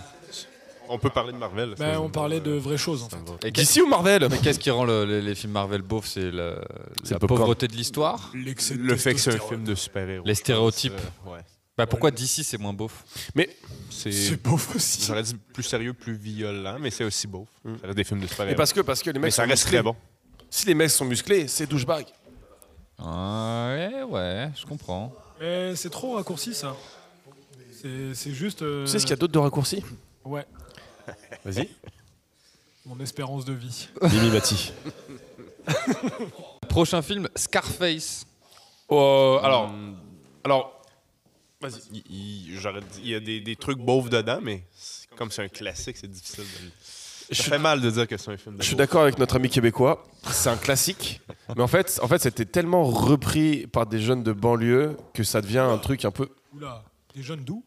[SPEAKER 10] On peut parler de Marvel.
[SPEAKER 1] Bah,
[SPEAKER 10] ça,
[SPEAKER 1] on parlait de
[SPEAKER 10] euh,
[SPEAKER 1] vraies choses en fait.
[SPEAKER 2] Et qu'est-ce-
[SPEAKER 7] D'ici ou Marvel
[SPEAKER 2] mais qu'est-ce qui rend le- les, les films Marvel beaufs C'est la,
[SPEAKER 7] C'est
[SPEAKER 2] la
[SPEAKER 7] le popcorn.
[SPEAKER 2] pauvreté de l'histoire
[SPEAKER 1] L'excès de
[SPEAKER 10] Le fait que c'est un
[SPEAKER 1] testostérone.
[SPEAKER 10] film de super-héros.
[SPEAKER 2] Les
[SPEAKER 10] je pense,
[SPEAKER 2] stéréotypes.
[SPEAKER 10] euh, ouais.
[SPEAKER 2] Bah pourquoi d'ici c'est moins beauf
[SPEAKER 1] C'est
[SPEAKER 10] C'est.
[SPEAKER 1] beau aussi.
[SPEAKER 10] J'aurais dit plus sérieux, plus violent, mais c'est aussi beau. Ça reste des films de
[SPEAKER 7] Mais
[SPEAKER 10] super-héros.
[SPEAKER 7] parce que, parce que les
[SPEAKER 10] Mais
[SPEAKER 7] mecs
[SPEAKER 10] ça
[SPEAKER 7] sont
[SPEAKER 10] reste
[SPEAKER 7] musclés.
[SPEAKER 10] très bon.
[SPEAKER 7] Si les mecs sont musclés, c'est douchebag.
[SPEAKER 2] Ah, Ouais, ouais, je comprends.
[SPEAKER 1] Mais c'est trop raccourci ça. C'est c'est juste. euh,
[SPEAKER 7] Tu sais ce qu'il y a d'autre de raccourcis
[SPEAKER 1] Ouais,
[SPEAKER 7] Vas-y.
[SPEAKER 1] mon espérance de vie.
[SPEAKER 7] Mimi Mati.
[SPEAKER 2] Prochain film, Scarface.
[SPEAKER 10] Euh,
[SPEAKER 7] Oh, alors, alors,
[SPEAKER 10] Il, il- j'aurais dit- il y a des, des trucs beaufs dedans, mais c'est- comme c'est un classique, c'est difficile de le-
[SPEAKER 7] je
[SPEAKER 10] Ça
[SPEAKER 7] suis-
[SPEAKER 10] fait mal de dire que c'est un film de
[SPEAKER 7] je suis
[SPEAKER 10] beauf.
[SPEAKER 7] d'accord avec notre ami québécois. C'est un classique. Mais en fait, en fait, c'était tellement repris par des jeunes de banlieue que ça devient un truc un peu.
[SPEAKER 1] Oula, des jeunes doux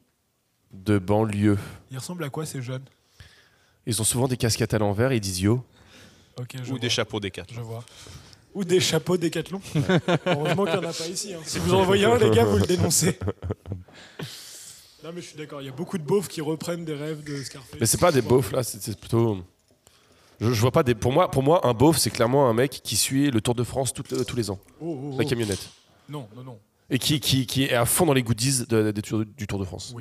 [SPEAKER 7] de banlieue.
[SPEAKER 1] Il ressemble à quoi ces jeunes
[SPEAKER 7] Ils ont souvent des casquettes à l'envers, ils disent yo.
[SPEAKER 1] Ok, je
[SPEAKER 10] Ou des
[SPEAKER 1] vois.
[SPEAKER 10] chapeaux des quatre.
[SPEAKER 1] Je vois. Ou des chapeaux décathlon. Heureusement qu'il n'y en a pas ici. hein. Si vous en voyez un, les gars, vous le dénoncez. Non, mais je suis d'accord. Il y a beaucoup de beaufs qui reprennent des rêves de Scarface.
[SPEAKER 7] Mais c'est pas des beaufs là, c'est c'est plutôt. Je, je vois pas des. Pour moi, pour moi, un beauf, c'est clairement un mec qui suit le Tour de France tout- tous les ans,
[SPEAKER 1] Oh, oh, oh.
[SPEAKER 7] la camionnette,
[SPEAKER 1] Non, non, non.
[SPEAKER 7] et qui, qui, qui est à fond dans les goodies de- des tours- du Tour de France.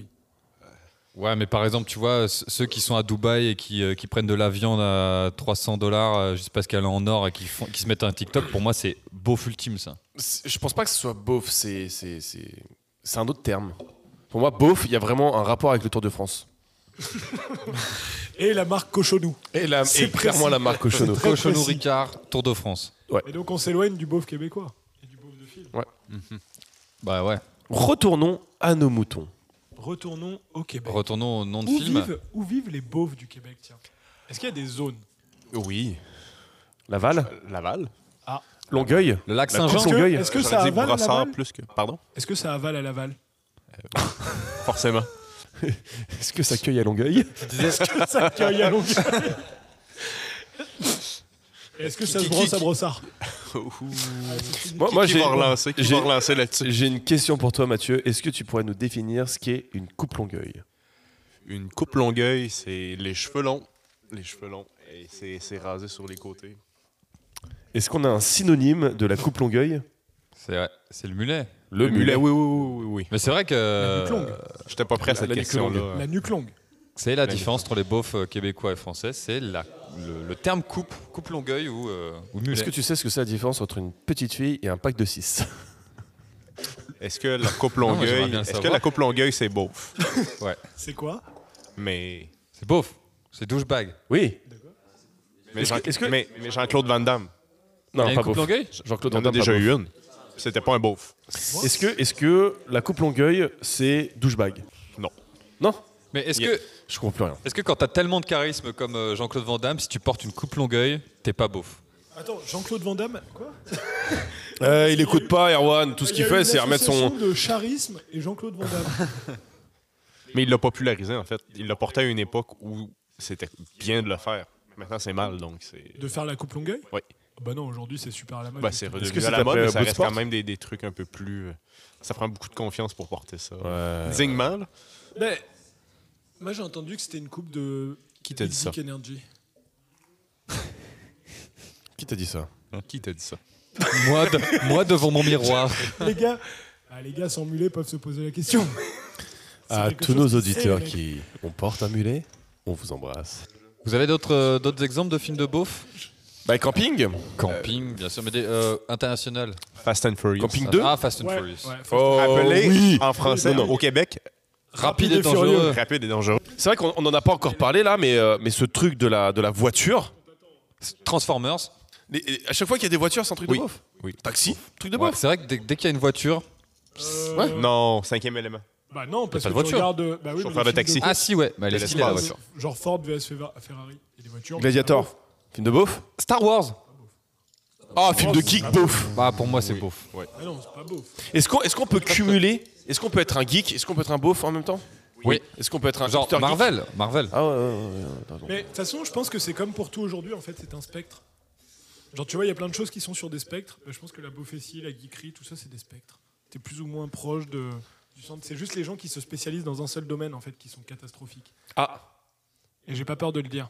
[SPEAKER 2] Ouais, mais par exemple, tu vois, c- ceux qui sont à Dubaï et qui, euh, qui prennent de la viande à 300 dollars juste parce qu'elle est en or et qui, font, qui se mettent à un TikTok, pour moi, c'est beauf ultime, ça.
[SPEAKER 7] C'est- Je pense pas que ce soit beauf, c'est c'est- c'est- c'est un autre terme. Pour moi, beauf, il y a vraiment un rapport avec le Tour de France.
[SPEAKER 1] Et la marque Cochonou.
[SPEAKER 7] Et, la,
[SPEAKER 1] C'est
[SPEAKER 7] et clairement
[SPEAKER 1] précis.
[SPEAKER 7] la marque Cochonou.
[SPEAKER 1] Très
[SPEAKER 2] Cochonou
[SPEAKER 1] précis.
[SPEAKER 2] Ricard, Tour de France.
[SPEAKER 1] Et donc, on s'éloigne du beauf québécois. Et du beauf de film.
[SPEAKER 2] Bah ouais.
[SPEAKER 7] Retournons à nos moutons.
[SPEAKER 1] Retournons au Québec.
[SPEAKER 2] Retournons au nom de
[SPEAKER 1] Où
[SPEAKER 2] film.
[SPEAKER 1] vivent, où vivent les beaufs du Québec, tiens Est-ce qu'il y a des zones
[SPEAKER 10] Oui.
[SPEAKER 7] Laval,
[SPEAKER 10] Laval.
[SPEAKER 2] Ah.
[SPEAKER 7] Longueuil,
[SPEAKER 2] Le lac
[SPEAKER 10] La
[SPEAKER 2] Saint-Jean.
[SPEAKER 1] Est-ce que,
[SPEAKER 7] Longueuil.
[SPEAKER 1] est-ce que
[SPEAKER 10] J'aurais
[SPEAKER 1] ça
[SPEAKER 10] dit
[SPEAKER 1] avale à
[SPEAKER 10] Brassard
[SPEAKER 1] Laval
[SPEAKER 10] plus que. Pardon
[SPEAKER 1] Est-ce que ça avale à Laval
[SPEAKER 10] Forcément.
[SPEAKER 7] est-ce que ça cueille à Longueuil
[SPEAKER 1] que ça cueille à Longueuil Est-ce que ça se brosse à brossard
[SPEAKER 7] Moi, moi,
[SPEAKER 10] qui
[SPEAKER 7] j'ai-
[SPEAKER 10] va relancer, qui
[SPEAKER 7] j'ai-
[SPEAKER 10] va relancer là-dessus
[SPEAKER 7] J'ai une question pour toi, Mathieu. Est-ce que tu pourrais nous définir ce qu'est une coupe Longueuil
[SPEAKER 10] Une coupe longueuil, c'est les cheveux longs. Les cheveux longs. Et c'est c'est rasé sur les côtés.
[SPEAKER 7] Est-ce qu'on a un synonyme de la coupe Longueuil
[SPEAKER 2] C'est vrai, c'est le mulet.
[SPEAKER 7] Le,
[SPEAKER 10] Oui, oui, oui, oui. oui.
[SPEAKER 2] Mais c'est vrai que
[SPEAKER 1] La nuque
[SPEAKER 2] euh,
[SPEAKER 1] longue.
[SPEAKER 10] J'étais pas prêt à
[SPEAKER 7] La-
[SPEAKER 10] cette
[SPEAKER 7] la nuque
[SPEAKER 10] question-là.
[SPEAKER 1] La nuque longue.
[SPEAKER 2] c'est la différence entre les beaufs euh, québécois et français, c'est la- le, le terme coupe, coupe longueuil ou, euh, ou mulet.
[SPEAKER 7] Est-ce que tu sais ce que c'est la différence entre une petite fille et un pack de 6
[SPEAKER 10] Est-ce que la coupe
[SPEAKER 2] moi, j'aimerais
[SPEAKER 10] longueuil,
[SPEAKER 2] bien le
[SPEAKER 10] est-ce que
[SPEAKER 2] savoir.
[SPEAKER 10] la coupe longueuil, c'est beau?
[SPEAKER 1] C'est quoi
[SPEAKER 10] Mais.
[SPEAKER 2] C'est beauf, c'est douchebag.
[SPEAKER 7] Oui.
[SPEAKER 10] Mais
[SPEAKER 7] Est-ce
[SPEAKER 10] Jean-
[SPEAKER 7] que- est-ce que-
[SPEAKER 10] mais- mais Jean-Claude Van Damme.
[SPEAKER 2] Il y
[SPEAKER 7] Non,
[SPEAKER 2] a
[SPEAKER 7] Ah, pas
[SPEAKER 2] une coupe
[SPEAKER 7] beauf.
[SPEAKER 2] longueuil
[SPEAKER 7] Jean-Claude
[SPEAKER 10] On
[SPEAKER 7] Van
[SPEAKER 10] en a
[SPEAKER 7] Damme,
[SPEAKER 10] déjà
[SPEAKER 7] pas
[SPEAKER 10] eu une. C'était pas un beauf.
[SPEAKER 7] beauf. Est-ce que, est-ce que la coupe Longueuil, c'est douchebag
[SPEAKER 10] Non.
[SPEAKER 7] Non
[SPEAKER 2] Mais est-ce
[SPEAKER 10] Yeah.
[SPEAKER 2] que,
[SPEAKER 7] Je comprends plus rien.
[SPEAKER 2] est-ce que quand t'as tellement de charisme comme euh, Jean-Claude Van Damme, si tu portes une coupe longueuil, t'es pas beauf
[SPEAKER 1] Attends, Jean-Claude Van Damme, quoi Ah,
[SPEAKER 7] Euh, il écoute pas, Erwan. Tout ce
[SPEAKER 1] Il y
[SPEAKER 7] qu'il
[SPEAKER 1] a
[SPEAKER 7] fait,
[SPEAKER 1] une
[SPEAKER 7] c'est remettre son.
[SPEAKER 1] association de charisme et Jean-Claude Van Damme.
[SPEAKER 10] Mais il l'a popularisé, en fait. Il l'a porté à une époque où c'était bien de le faire. Maintenant, c'est mal, donc c'est.
[SPEAKER 1] de faire la coupe longueuil
[SPEAKER 10] Oui.
[SPEAKER 1] Bah non, aujourd'hui, c'est super à la mode.
[SPEAKER 10] Bah, c'est
[SPEAKER 7] Est-ce que
[SPEAKER 10] redevenu
[SPEAKER 7] ça
[SPEAKER 10] à la mode,
[SPEAKER 7] t'appelait,
[SPEAKER 10] mais
[SPEAKER 7] euh,
[SPEAKER 10] ça
[SPEAKER 7] bout de
[SPEAKER 10] reste
[SPEAKER 7] sport
[SPEAKER 10] quand même des, des trucs un peu plus. euh, Ça prend beaucoup de confiance pour porter ça.
[SPEAKER 7] Ouais.
[SPEAKER 10] Dignement, là.
[SPEAKER 1] Mais moi, j'ai entendu que c'était une coupe de.
[SPEAKER 10] Qui t'a dit
[SPEAKER 1] Big
[SPEAKER 10] ça?
[SPEAKER 1] Dick Energy.
[SPEAKER 7] Qui t'a dit ça
[SPEAKER 10] Qui t'a dit ça?
[SPEAKER 2] moi, de- moi devant mon miroir.
[SPEAKER 1] les gars, ah, les gars sans mulet peuvent se poser la question. C'est
[SPEAKER 7] À
[SPEAKER 1] quelque
[SPEAKER 7] tous
[SPEAKER 1] chose
[SPEAKER 7] nos
[SPEAKER 1] qui
[SPEAKER 7] auditeurs
[SPEAKER 1] sait, mec.
[SPEAKER 7] qui. On porte un mulet On vous embrasse.
[SPEAKER 2] Vous avez d'autres, euh, d'autres exemples de films de beauf
[SPEAKER 7] Bah, camping
[SPEAKER 2] Camping, bien sûr, mais des, euh, international.
[SPEAKER 10] Fast and Furious.
[SPEAKER 7] Camping 2
[SPEAKER 2] Ah, Fast and
[SPEAKER 1] Ouais,
[SPEAKER 2] Furious.
[SPEAKER 1] ouais.
[SPEAKER 7] Oh,
[SPEAKER 10] Appelé
[SPEAKER 7] oui.
[SPEAKER 10] en français
[SPEAKER 1] Non, non.
[SPEAKER 10] au Québec
[SPEAKER 2] Rapide et
[SPEAKER 1] et furieux.
[SPEAKER 2] dangereux.
[SPEAKER 10] rapide et dangereux.
[SPEAKER 7] C'est vrai qu'on on en a pas encore parlé là, mais, euh, mais ce truc de la, de la voiture.
[SPEAKER 2] Transformers.
[SPEAKER 7] Les- et à chaque fois qu'il y a des voitures, c'est un truc
[SPEAKER 10] Oui.
[SPEAKER 7] de bof.
[SPEAKER 10] Oui.
[SPEAKER 7] Taxi, truc de
[SPEAKER 2] Ouais,
[SPEAKER 7] bof.
[SPEAKER 2] c'est vrai que dès, dès qu'il y a une voiture.
[SPEAKER 1] Euh,
[SPEAKER 10] Non, cinquième élément.
[SPEAKER 1] Bah non, parce
[SPEAKER 2] pas
[SPEAKER 1] que
[SPEAKER 2] de
[SPEAKER 1] tu
[SPEAKER 2] voiture.
[SPEAKER 1] regardes. Bah oui,
[SPEAKER 10] Chauffeur
[SPEAKER 1] mais
[SPEAKER 10] de
[SPEAKER 1] les films
[SPEAKER 10] taxi.
[SPEAKER 2] Ah si, ouais, mais elle est
[SPEAKER 10] Laisse
[SPEAKER 2] stylée la
[SPEAKER 10] pas.
[SPEAKER 2] voition.
[SPEAKER 1] Genre Ford vs Ferra- Ferrari et les voitures.
[SPEAKER 7] Gladiator, film de bof.
[SPEAKER 2] Star Wars.
[SPEAKER 7] Ah, film de geek bof.
[SPEAKER 2] Bah pour moi c'est beauf.
[SPEAKER 1] Ah non, c'est pas beau.
[SPEAKER 7] Est-ce qu'on est qu'on peut cumuler Est-ce qu'on peut être un geek Est-ce qu'on peut être un beauf en même temps
[SPEAKER 2] Oui.
[SPEAKER 7] Est-ce qu'on peut être un
[SPEAKER 2] Genre
[SPEAKER 7] acteur geek
[SPEAKER 2] Marvel, Marvel.
[SPEAKER 7] Ah ouais, ouais, ouais, ouais, pardon.
[SPEAKER 1] Mais de toute façon, je pense que c'est comme pour tout aujourd'hui, en fait, c'est un spectre. Genre, tu vois, il y a plein de choses qui sont sur des spectres. Bah, je pense que la beaufessie, la geekerie, tout ça, c'est des spectres. T'es plus ou moins proche de, du centre. C'est juste les gens qui se spécialisent dans un seul domaine, en fait, qui sont catastrophiques.
[SPEAKER 7] Ah,
[SPEAKER 1] Et j'ai pas peur de le dire.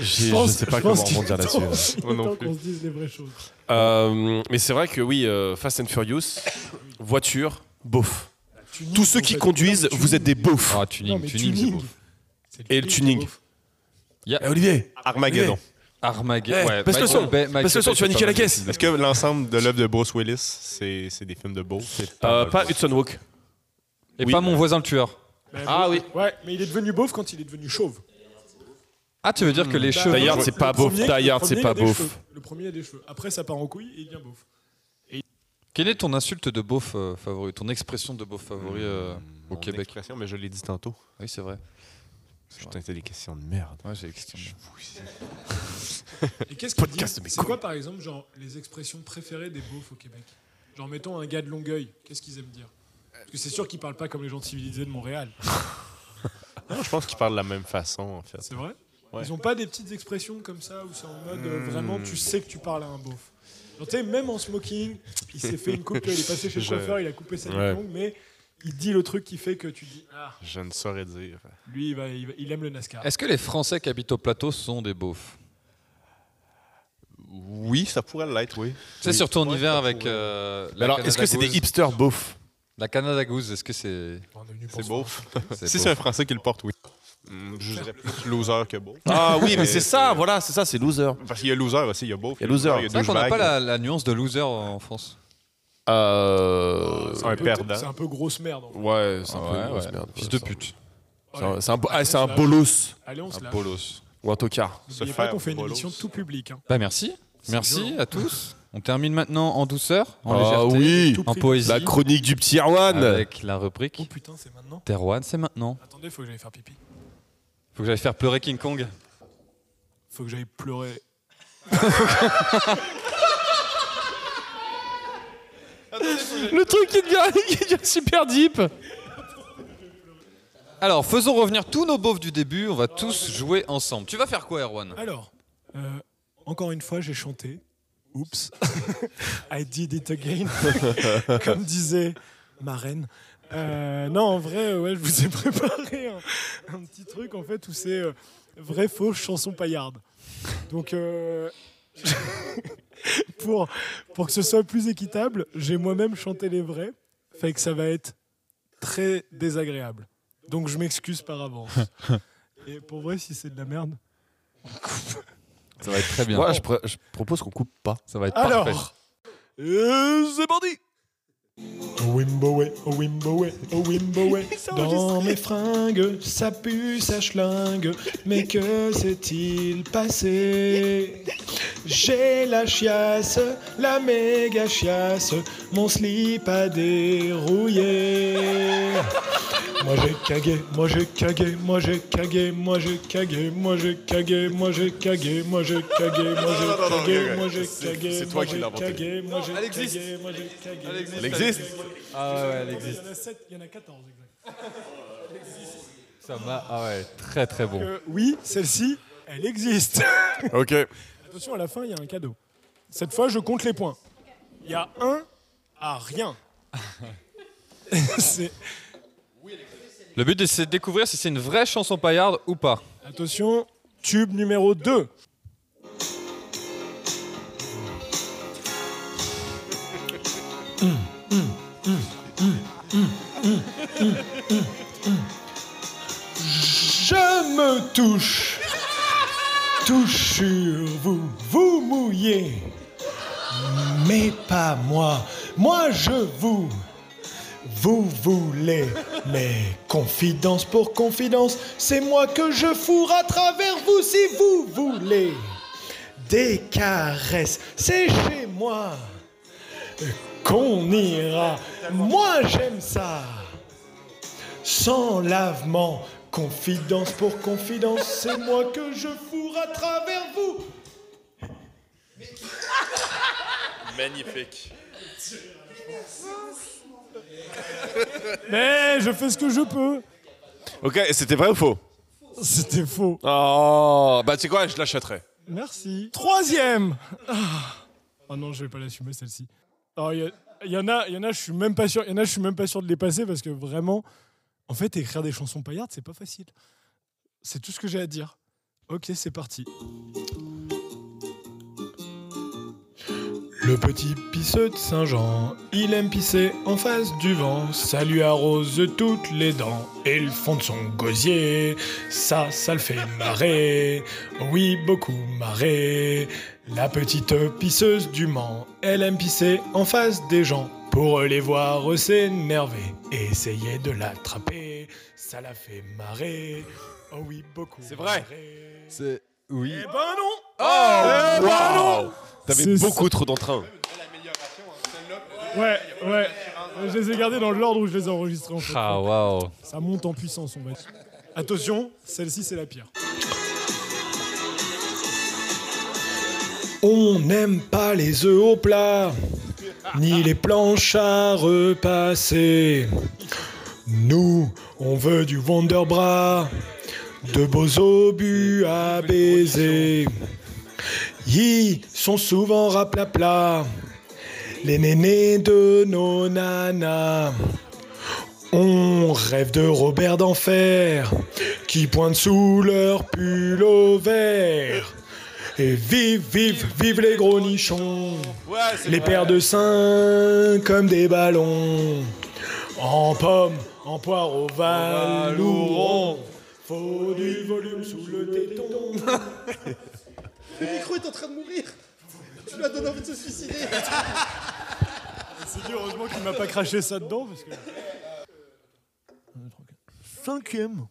[SPEAKER 7] j'ai- je
[SPEAKER 1] pense-
[SPEAKER 7] sais pas
[SPEAKER 1] je
[SPEAKER 7] comment
[SPEAKER 1] pense qu'il
[SPEAKER 7] rebondir
[SPEAKER 1] est
[SPEAKER 7] là-dessus. hein.
[SPEAKER 1] temps-
[SPEAKER 7] là.
[SPEAKER 1] il est
[SPEAKER 10] Moi non
[SPEAKER 1] temps
[SPEAKER 10] plus.
[SPEAKER 1] qu'on se dise les vraies choses.
[SPEAKER 7] Euh, mais c'est vrai que oui, euh, Fast and Furious, voiture, beauf.
[SPEAKER 1] Tuning,
[SPEAKER 7] Tous ceux
[SPEAKER 1] en
[SPEAKER 7] qui
[SPEAKER 1] fait.
[SPEAKER 7] conduisent,
[SPEAKER 1] Non, mais
[SPEAKER 7] vous êtes des beaufs.
[SPEAKER 2] Ah
[SPEAKER 1] Non,
[SPEAKER 2] tuning,
[SPEAKER 1] mais
[SPEAKER 2] tuning, c'est
[SPEAKER 1] tuning.
[SPEAKER 2] beauf.
[SPEAKER 1] c'est
[SPEAKER 7] Et le tuning.
[SPEAKER 1] beauf.
[SPEAKER 7] Eh, Olivier,
[SPEAKER 10] Armageddon.
[SPEAKER 2] Armageddon.
[SPEAKER 7] eh,
[SPEAKER 2] ouais,
[SPEAKER 7] passe le
[SPEAKER 2] Michael
[SPEAKER 7] son.
[SPEAKER 2] Bay-
[SPEAKER 7] Passe
[SPEAKER 2] Michael
[SPEAKER 7] le son,
[SPEAKER 2] Bay,
[SPEAKER 7] tu vas
[SPEAKER 2] c'est
[SPEAKER 7] niquer
[SPEAKER 2] pas
[SPEAKER 7] la
[SPEAKER 2] mal.
[SPEAKER 7] caisse.
[SPEAKER 10] Est-ce que l'ensemble de l'œuvre de Bruce Willis, c'est c'est des films de beau?
[SPEAKER 7] Euh, Pas Hudson Walk.
[SPEAKER 2] Et
[SPEAKER 7] Oui.
[SPEAKER 2] pas mon voisin le tueur.
[SPEAKER 1] Bah,
[SPEAKER 2] Ah
[SPEAKER 1] beauf. Ouais, mais il est devenu beauf quand il est devenu chauve.
[SPEAKER 2] Ah tu veux dire que les
[SPEAKER 1] Bah,
[SPEAKER 2] cheveux.
[SPEAKER 7] Die Hard, Hmm. c'est
[SPEAKER 1] le
[SPEAKER 7] pas beauf.
[SPEAKER 1] premier-
[SPEAKER 7] Die
[SPEAKER 1] le
[SPEAKER 7] Hard, c'est
[SPEAKER 1] premier,
[SPEAKER 7] pas
[SPEAKER 1] il a des
[SPEAKER 7] beauf.
[SPEAKER 1] cheveux. Le premier a des cheveux. Après, ça part en couille et il devient beauf.
[SPEAKER 2] Quelle est ton insulte de beauf euh, favori, ton expression de beauf favori
[SPEAKER 7] Hmm.
[SPEAKER 2] euh, au Québec
[SPEAKER 10] Mais je l'ai dit tantôt.
[SPEAKER 2] Oui c'est vrai.
[SPEAKER 10] Putain, t'as des questions de merde.
[SPEAKER 2] Ouais, j'ai l'expression.
[SPEAKER 1] Et qu'est-ce qu'il
[SPEAKER 7] Podcast
[SPEAKER 1] dit
[SPEAKER 7] de mes
[SPEAKER 1] C'est quoi, par exemple, genre, les expressions préférées des beaufs au Québec Genre, mettons un gars de Longueuil, qu'est-ce qu'ils aiment dire Parce que c'est sûr qu'ils parlent pas comme les gens civilisés de Montréal.
[SPEAKER 10] Non, je pense qu'ils parlent de la même façon, en fait.
[SPEAKER 1] C'est vrai
[SPEAKER 10] Ouais.
[SPEAKER 1] Ils ont pas des petites expressions comme ça où c'est en mode euh,
[SPEAKER 10] Hmm.
[SPEAKER 1] vraiment tu sais que tu parles à un beauf. Genre, tu sais, même en smoking, il s'est fait une coupe, il est passé chez le
[SPEAKER 10] Je-
[SPEAKER 1] coiffeur, il a coupé sa
[SPEAKER 10] Ouais.
[SPEAKER 1] nuque longue, mais il dit le truc qui fait que tu dis Ah,
[SPEAKER 10] Je ne saurais dire.
[SPEAKER 1] lui, il, va- il va- il aime le NASCAR.
[SPEAKER 2] Est-ce que les Français qui habitent au plateau sont des beaufs
[SPEAKER 10] Oui, ça pourrait l'être, oui.
[SPEAKER 2] C'est
[SPEAKER 10] Oui.
[SPEAKER 2] surtout en
[SPEAKER 10] Ouais,
[SPEAKER 2] hiver
[SPEAKER 10] ça
[SPEAKER 2] avec.
[SPEAKER 10] pourrait.
[SPEAKER 2] euh, la
[SPEAKER 7] Mais alors, est-ce que c'est des
[SPEAKER 2] Canada Goose.
[SPEAKER 7] hipsters beaufs
[SPEAKER 2] La Canada Goose, est-ce que c'est.
[SPEAKER 1] On est venu pour
[SPEAKER 10] C'est
[SPEAKER 1] ça.
[SPEAKER 10] beau.
[SPEAKER 2] C'est
[SPEAKER 10] si
[SPEAKER 2] beau.
[SPEAKER 10] c'est un Français qui le porte, oui. Hmm, Je dirais plus loser que beau.
[SPEAKER 7] Ah oui, mais c'est ça, voilà, c'est ça, c'est loser.
[SPEAKER 10] Parce qu'il y a loser aussi, il y a beau.
[SPEAKER 7] Il y a loser.
[SPEAKER 10] Il y
[SPEAKER 2] C'est vrai
[SPEAKER 10] a douchebag.
[SPEAKER 2] qu'on n'a pas la, la nuance de loser en France.
[SPEAKER 7] Euh,
[SPEAKER 1] C'est
[SPEAKER 10] un
[SPEAKER 1] peu-
[SPEAKER 10] perdant.
[SPEAKER 1] C'est un peu grosse merde. en fait.
[SPEAKER 7] Ouais, c'est un peu
[SPEAKER 2] Ouais,
[SPEAKER 7] une grosse
[SPEAKER 2] ouais.
[SPEAKER 7] merde.
[SPEAKER 2] Fils de pute.
[SPEAKER 7] C'est un, c'est un bo- ah, c'est un bolos
[SPEAKER 1] Allez, on se lave.
[SPEAKER 2] Bolos.
[SPEAKER 7] ou un tocard.
[SPEAKER 1] N'oubliez
[SPEAKER 10] Se
[SPEAKER 1] pas
[SPEAKER 10] faire
[SPEAKER 1] qu'on fait une
[SPEAKER 10] bolos.
[SPEAKER 1] émission tout public. hein.
[SPEAKER 2] Bah merci.
[SPEAKER 1] C'est
[SPEAKER 2] Merci
[SPEAKER 1] violent.
[SPEAKER 2] à tous. On termine maintenant en douceur, en
[SPEAKER 7] hein. ah
[SPEAKER 2] légèreté,
[SPEAKER 7] oui,
[SPEAKER 1] Tout
[SPEAKER 2] en
[SPEAKER 1] prix.
[SPEAKER 2] poésie,
[SPEAKER 7] la chronique du petit Erwan.
[SPEAKER 2] avec la
[SPEAKER 1] Oh
[SPEAKER 2] rubrique
[SPEAKER 1] putain, c'est maintenant.
[SPEAKER 2] Terre One, c'est maintenant.
[SPEAKER 1] Attendez, faut que j'aille faire pipi.
[SPEAKER 2] Faut que j'aille faire pleurer King Kong.
[SPEAKER 1] Faut que j'aille pleurer.
[SPEAKER 7] Le truc qui devient, super deep.
[SPEAKER 2] Alors, faisons revenir tous nos beaufs du début. On va tous jouer ensemble. Tu vas faire quoi, Erwan
[SPEAKER 1] Alors, euh, encore une fois, j'ai chanté. Oups. I did it again. Comme disait ma reine. Euh, non, en vrai, euh, ouais, je vous ai préparé un, un petit truc en fait où c'est euh, vrai faux chanson paillarde. Donc, euh, pour, pour que ce soit plus équitable, j'ai moi-même chanté les vrais. Fait que ça va être très désagréable. Donc, je m'excuse par avance. Et pour vrai, si c'est de la merde.
[SPEAKER 2] Ça va être très bien.
[SPEAKER 7] Moi, je, pr- je propose qu'on coupe pas.
[SPEAKER 2] Ça va être parfait.
[SPEAKER 1] Alors, euh, c'est parti Oh Wimboé, oh Wimboé, oh Wimboé Dans mes fringues, ça pue, ça schlingue Mais que s'est-il passé J'ai la chiasse, la méga chiasse Mon slip a dérouillé Moi j'ai cagué, moi j'ai cagué, moi j'ai cagué, moi j'ai cagué, moi j'ai cagué, moi j'ai cagué, moi j'ai cagué, moi j'ai
[SPEAKER 10] non, non,
[SPEAKER 1] cagué,
[SPEAKER 10] non,
[SPEAKER 1] moi j'ai
[SPEAKER 10] c'est-
[SPEAKER 1] cagué,
[SPEAKER 10] c'est toi
[SPEAKER 1] moi
[SPEAKER 10] qui
[SPEAKER 1] j'ai
[SPEAKER 10] l'as inventé.
[SPEAKER 1] cagué, moi j'ai
[SPEAKER 2] elle existe.
[SPEAKER 1] cagué, moi j'ai cagué.
[SPEAKER 7] Elle existe
[SPEAKER 2] Ah ouais, elle
[SPEAKER 1] Il y
[SPEAKER 2] existe.
[SPEAKER 1] en a 7, il y en a 14 exact.
[SPEAKER 2] Ça m'a. Ah ouais, très très bon.
[SPEAKER 1] Euh, oui, celle-ci, elle existe.
[SPEAKER 7] Ok.
[SPEAKER 1] Attention, à la fin, il y a un cadeau. Cette fois, je compte les points. Il y a un à rien. C'est-
[SPEAKER 2] Le but, c'est de découvrir si c'est une vraie chanson paillarde ou pas.
[SPEAKER 1] Attention, tube numéro 2. Je me touche, touche sur vous, vous mouillez, mais pas moi. Moi je vous, vous voulez mes confidences pour confidence, c'est moi que je fourre à travers vous si vous voulez. Des caresses, c'est chez moi qu'on ira. Moi j'aime ça. Sans lavement, confidence pour confidence, c'est moi que je fourre à travers vous.
[SPEAKER 10] Magnifique.
[SPEAKER 1] Mais je fais ce que je peux.
[SPEAKER 7] Ok, c'était vrai ou faux
[SPEAKER 1] C'était faux.
[SPEAKER 7] Oh, bah tu sais quoi, je l'achèterai.
[SPEAKER 1] Merci. Troisième Ah. Oh non, je vais pas l'assumer celle-ci. Alors, Il y, a- il y en a, il y en a, je suis même pas sûr. Il y en a, je suis même pas sûr de les passer parce que vraiment, en fait, écrire des chansons paillardes, c'est pas facile. C'est tout ce que j'ai à dire. Ok, c'est parti. Le petit pisseux de Saint-Jean, il aime pisser en face du vent. Ça lui arrose toutes les dents et le fond de son gosier. Ça, ça le fait marrer. Oui, beaucoup marrer. La petite pisseuse du Mans, elle aime pisser en face des gens pour les voir s'énerver. Essayer de l'attraper, ça la fait marrer. Oh oui, beaucoup.
[SPEAKER 7] C'est vrai.
[SPEAKER 1] marrer.
[SPEAKER 2] C'est. Oui.
[SPEAKER 1] Eh ben non
[SPEAKER 2] Eh ben
[SPEAKER 7] Oh,
[SPEAKER 1] wow.
[SPEAKER 7] wow T'avais
[SPEAKER 1] C'est-
[SPEAKER 7] beaucoup trop d'entrain.
[SPEAKER 1] Ouais, ouais. Je les ai gardés dans l'ordre où je les ai enregistrés en fait.
[SPEAKER 2] Ah waouh.
[SPEAKER 1] Ça monte en puissance, on va dire. Attention, celle-ci c'est la pire. On n'aime pas les œufs au plat. ni les planches à repasser. Nous, on veut du Wonderbra, de beaux obus à baiser. Yi sont souvent raplapla, les nénés de nos nanas. On rêve de Robert d'enfer, qui pointe sous leur pull au vert. Et vive, vive, vive les gros nichons Les paires de seins comme des ballons En pommes, en poireaux valouron Faut du volume sous le téton
[SPEAKER 6] Le micro est en train de mourir. Tu lui as donné envie de se suicider.
[SPEAKER 1] C'est heureusement qu'il m'a pas craché ça dedans parce que... Cinquième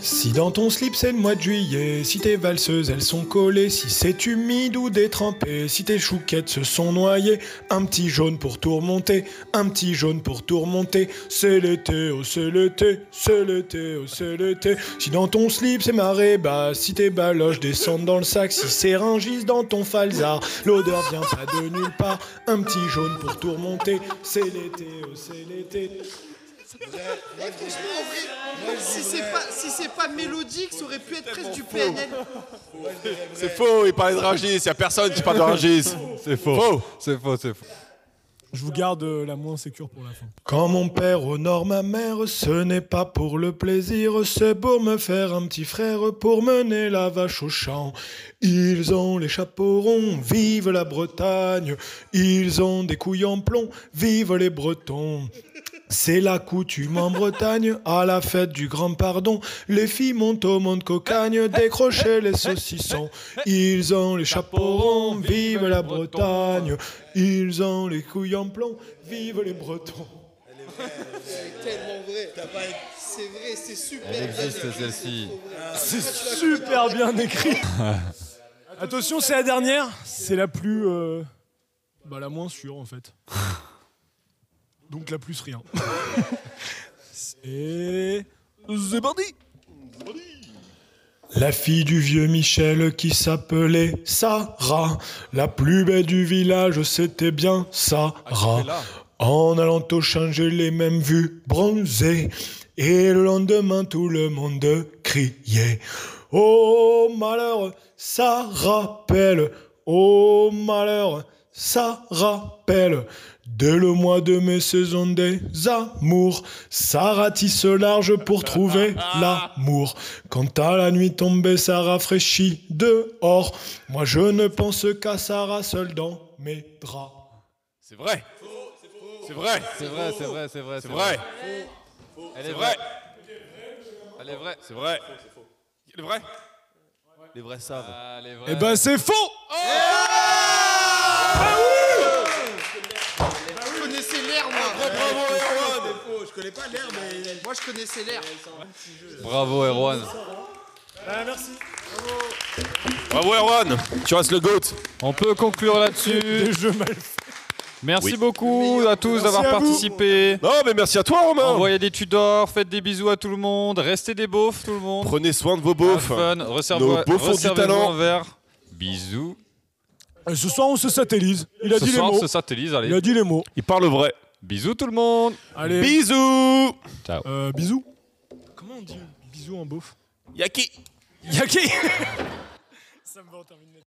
[SPEAKER 1] Si dans ton slip c'est le mois de juillet, si tes valseuses elles sont collées, si c'est humide ou détrempé, si tes chouquettes se sont noyées, un petit jaune pour tout remonter, un petit jaune pour tout remonter, c'est l'été, oh c'est l'été, c'est l'été, oh c'est l'été. Si dans ton slip c'est marée basse, si tes baloches descendent dans le sac, si c'est ringis dans ton falzar, l'odeur vient pas de nulle part, un petit jaune pour tout remonter, c'est l'été, oh c'est l'été.
[SPEAKER 6] Eh, franchement, en vrai, si c'est pas, si c'est pas mélodique, ça aurait pu être presque du PNL.
[SPEAKER 3] C'est faux, il parlait de Rangis. Il y a personne qui parle de Rangis.
[SPEAKER 2] C'est faux.
[SPEAKER 3] Faux.
[SPEAKER 2] C'est faux, c'est faux.
[SPEAKER 1] Je vous garde euh, la moins sécure pour la fin. Quand mon père honore ma mère, ce n'est pas pour le plaisir, c'est pour me faire un petit frère, pour mener la vache au champ. Ils ont les chapeaux ronds, vive la Bretagne. Ils ont des couilles en plomb, vive les Bretons. C'est la coutume en Bretagne, à la fête du grand pardon, les filles montent au monde cocagne, décrocher les saucissons. Ils ont les chapeaux ronds, vive la Bretagne. Ils ont les couilles en plomb, vive les Bretons.
[SPEAKER 6] C'est tellement vrai. C'est vrai, c'est super.
[SPEAKER 2] Elle
[SPEAKER 6] bien
[SPEAKER 2] existe,
[SPEAKER 6] écrit,
[SPEAKER 2] celle-ci.
[SPEAKER 6] trop vrai.
[SPEAKER 1] C'est super bien écrit. Attention, c'est la dernière. C'est la plus. euh, Bah, la moins sûre, en fait. Donc, la plus rien. Et. C'est parti! La fille du vieux Michel qui s'appelait Sarah. La plus belle du village, c'était bien Sarah. En allant au changer les mêmes vues bronzées. Et le lendemain, tout le monde criait. Oh malheur, ça rappelle. Oh malheur, ça rappelle. Dès le mois de mes saisons des amours, Sarah tisse large pour trouver l'amour. Quand à la nuit tombée, ça rafraîchit dehors. Moi, je ne pense qu'à Sarah seule dans mes draps.
[SPEAKER 7] C'est vrai. C'est vrai.
[SPEAKER 2] C'est vrai, c'est vrai, c'est vrai.
[SPEAKER 7] C'est vrai.
[SPEAKER 2] Elle
[SPEAKER 7] C'est vrai.
[SPEAKER 2] Elle est vraie.
[SPEAKER 7] C'est vrai. C'est vrai.
[SPEAKER 3] Les vrais savent.
[SPEAKER 2] Elle est
[SPEAKER 1] Eh
[SPEAKER 2] vraie.
[SPEAKER 1] ben, c'est faux!
[SPEAKER 6] Je connaissais l'air, moi.
[SPEAKER 10] Ah
[SPEAKER 3] Bravo, Erwan.
[SPEAKER 6] C'est faux, Je connais pas l'air, mais moi je connaissais l'air.
[SPEAKER 2] Bravo, Erwan.
[SPEAKER 7] Bravo Erwan. Tu restes le GOAT.
[SPEAKER 2] On peut conclure là-dessus. Merci
[SPEAKER 7] Oui.
[SPEAKER 2] beaucoup à tous d'avoir
[SPEAKER 1] à vous.
[SPEAKER 2] participé.
[SPEAKER 7] Non, mais merci à toi, Romain.
[SPEAKER 2] Envoyez des tudors, faites des bisous à tout le monde, restez des beaufs tout le monde.
[SPEAKER 7] Prenez soin de vos
[SPEAKER 2] Have
[SPEAKER 7] beaufs.
[SPEAKER 2] fun,
[SPEAKER 7] Nos
[SPEAKER 2] resservez-
[SPEAKER 7] beaufs ont du
[SPEAKER 2] resservez-vous
[SPEAKER 7] talent.
[SPEAKER 2] en verre. Bisous.
[SPEAKER 1] Et Euh, ce soir, on se satellise. Il a
[SPEAKER 2] ce
[SPEAKER 1] dit
[SPEAKER 2] soir,
[SPEAKER 1] les mots.
[SPEAKER 2] se satellise,
[SPEAKER 1] Il a
[SPEAKER 2] allez.
[SPEAKER 1] dit les mots.
[SPEAKER 7] Il parle vrai.
[SPEAKER 2] Bisous tout le monde.
[SPEAKER 1] Allez,
[SPEAKER 7] Bisous.
[SPEAKER 2] Ah
[SPEAKER 1] euh, bisous. Comment on dit bisous en beauf
[SPEAKER 7] Yaki.
[SPEAKER 1] Yaki Ça me va en terminer.